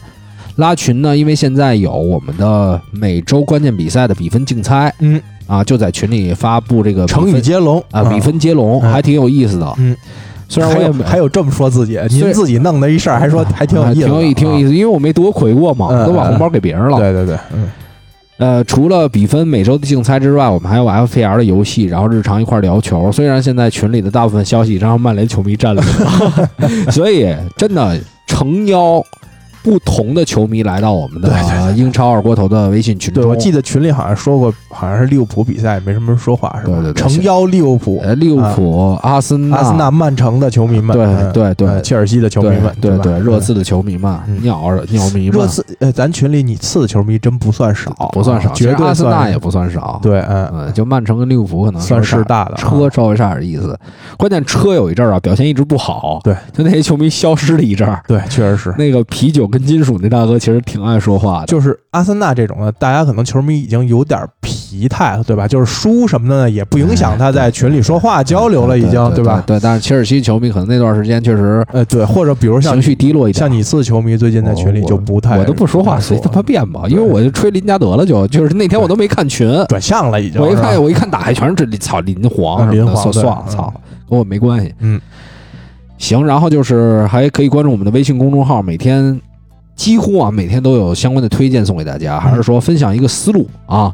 拉群呢，因为现在有我们的每周关键比赛的比分竞猜，嗯啊，就在群里发布这个比成语分接龙啊，比。分接龙嗯还挺有意思的。嗯，虽然还我也有没还有这么说自己，虽您自己弄的一事儿，还说还挺有意思的，啊挺有意挺有意思。思，因为我没多亏过嘛，嗯我都把红包给别人了。对对对，嗯呃，除了比分每周的竞猜之外，我们还有 FPL 的游戏，然后日常一块儿聊球。虽然现在群里的大部分消息已经让曼联球迷占领了， [laughs] 所以真的诚邀不同的球迷来到我们的对对对英超二锅头的微信群中。对，我记得群里好像说过，好像是利物浦比赛没什么人说话，是吧？对对对诚邀利物浦、呃，利物浦、阿森纳、阿森纳、曼城的球迷们，嗯对嗯对对呃切尔西的球迷对们，对吧对，热刺的球迷们、嗯鸟儿鸟迷们热刺，呃，咱群里你次的球迷真不算少，不算少，其绝实对阿森纳算也不算少。，对，嗯，嗯，就曼城跟利物浦可能算是是大的车啊稍微差点意思，关键车有一阵儿啊，表现一直不好，对，就那些球迷消失了一阵儿。对，确实是，那个啤酒跟金属那大哥其实挺爱说话的，就是阿森纳这种的，大家可能球迷已经有点疲态了，对吧？就是输什么的呢，也不影哎响他在群里说话交流了，已经，啊对吧？对，但是切尔西球迷可能那段时间确实呃，对，或者比如像情绪低落一点。哦像你次球迷最近在群里就不太，我都不说话，不太随他妈便吧，对因为我就吹林加德了，就就是那天我都没看群，转向了，已经。我一看是吧，我一看打开全是这里操林皇啊什么的，算林皇对算了，嗯操，跟我没关系。嗯，行，然后就是还可以关注我们的微信公众号，每天几乎啊每天都有相关的推荐送给大家，还嗯是说分享一个思路啊。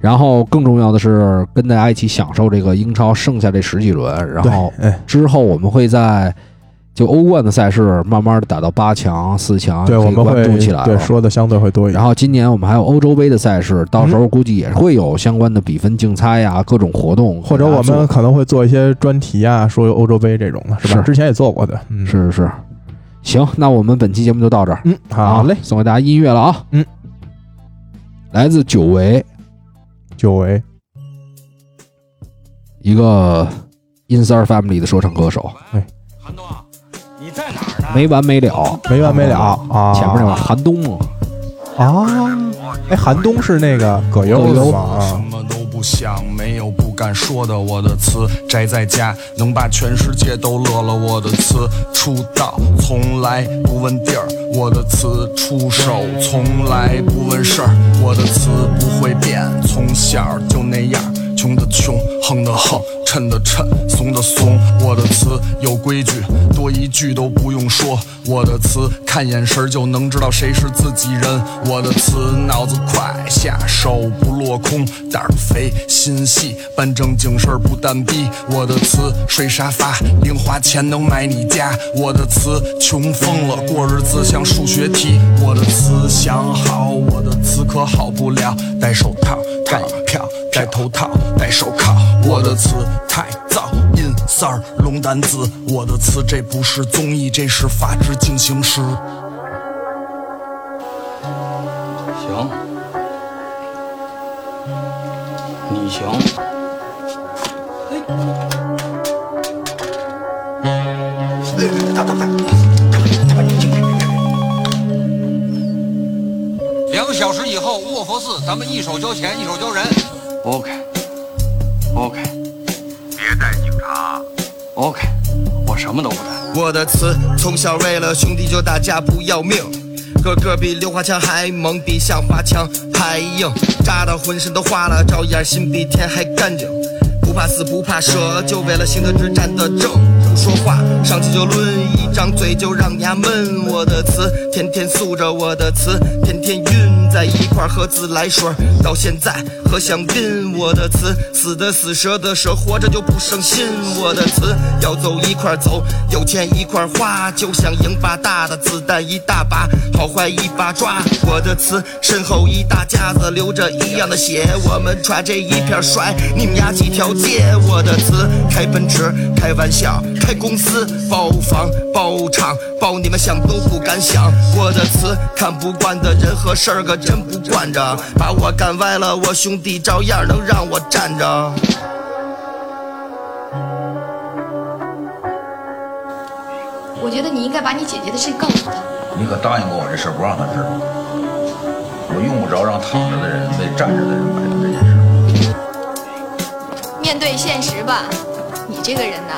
然后更重要的是跟大家一起享受这个英超剩下这十几轮，然后对，哎，之后我们会在就欧冠的赛事慢慢的打到八强、四强，对，可以我们啊关注会起来对了。说的相对会多一点然。后今年我们还有欧洲杯的赛事，到时候估计也会有相关的比分竞猜呀、各种活动，或者给大我们家做可能会做一些专题啊，说欧洲杯这种的，是吧？是之前也做过的，嗯，，是是是，行，那我们本期节目就到这儿，嗯，好嘞啊，，送给大家音乐了啊，嗯，来自久违久违，一个 Instar Family 的说唱歌手，哎韩东啊，你在哪儿呢？没完没了，没完没了啊！前面那个寒冬嘛，啊，哎，寒冬是那个葛优葛优是吧？什啊，么都不想，没有不敢说的我的词。宅在家，能把全世界都乐了。我的词出道，从来不问地儿。我的词出手，从来不问事儿。我的词不会变，从小就那样，穷的穷，横的横。趁的趁，怂的怂，我的词有规矩，多一句都不用说。我的词看眼神就能知道谁是自己人，我的词脑子快，下手不落空，胆儿肥，心细，办正经事儿不蛋逼。我的词睡沙发，零花钱能买你家。我的词穷疯了，过日子像数学题。我的词想好，我的词可好不了，戴手套，戴票，戴头套，戴手铐。我的词太燥，阴三儿龙胆子。我的词这不是综艺，这是法制进行时。行，你行。两个小时以后，卧佛寺，咱们一手交钱，一手交人。 OK，OK，、别带警察，我什么都不带。我的词从小为了兄弟就打架不要命，个个比榴花枪还猛，比像花枪还硬，扎的浑身都花了，照样心比天还干净。不怕死不怕蛇，就为了行得直站得正。不说话，上去就抡，一张嘴就让牙闷。我的词天天诉着，我的词天天晕，在一块儿喝自来水儿，到现在喝香槟。我的词死的死，蛇的蛇，活着就不省心。我的词要走一块儿走，有钱一块儿花，就像赢八大的子弹一大把，好坏一把抓。我的词身后一大家子，流着一样的血，我们揣这一片儿甩，你们压几条街。我的词开奔驰，开玩笑，开公司，包房包场，包你们想都不敢想。我的词看不惯的人和事儿可真不惯着，把我干歪了，我兄弟照样能让我站着。我觉得你应该把你姐姐的事告诉她。你可答应过我这事儿不让他知道。我用不着让躺着的人为站着的人买单这件事。面对现实吧，你这个人呐，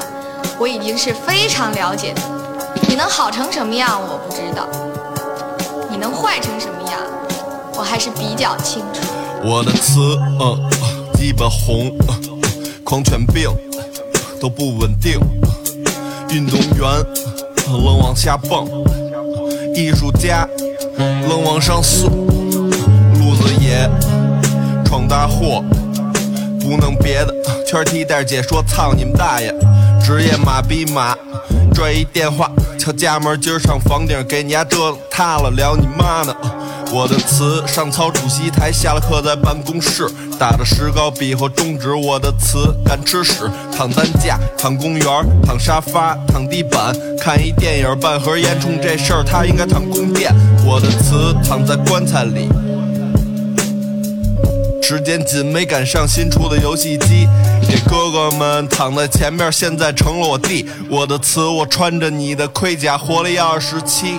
我已经是非常了解的。你能好成什么样，我不知道；你能坏成什么样，我还是比较清楚。我的词，嗯，基本红，嗯狂犬病都不稳定，运动员呃愣往下蹦，艺术家愣往上诉，路子野闯大祸，不弄别的，圈踢带解说操你们大爷，职业马逼马，拽一电话敲家门，今儿上房顶给你家折腾塌了，聊你妈呢。我的词上操主席台，下了课在办公室打着石膏比划中指。我的词敢吃屎，躺担架，躺公园，躺沙发，躺地板，看一电影，半盒烟，冲这事儿他应该躺宫殿。我的词躺在棺材里，时间紧，没赶上新出的游戏机。这哥哥们躺在前面，现在成了我弟。我的词，我穿着你的盔甲，活了一二十七。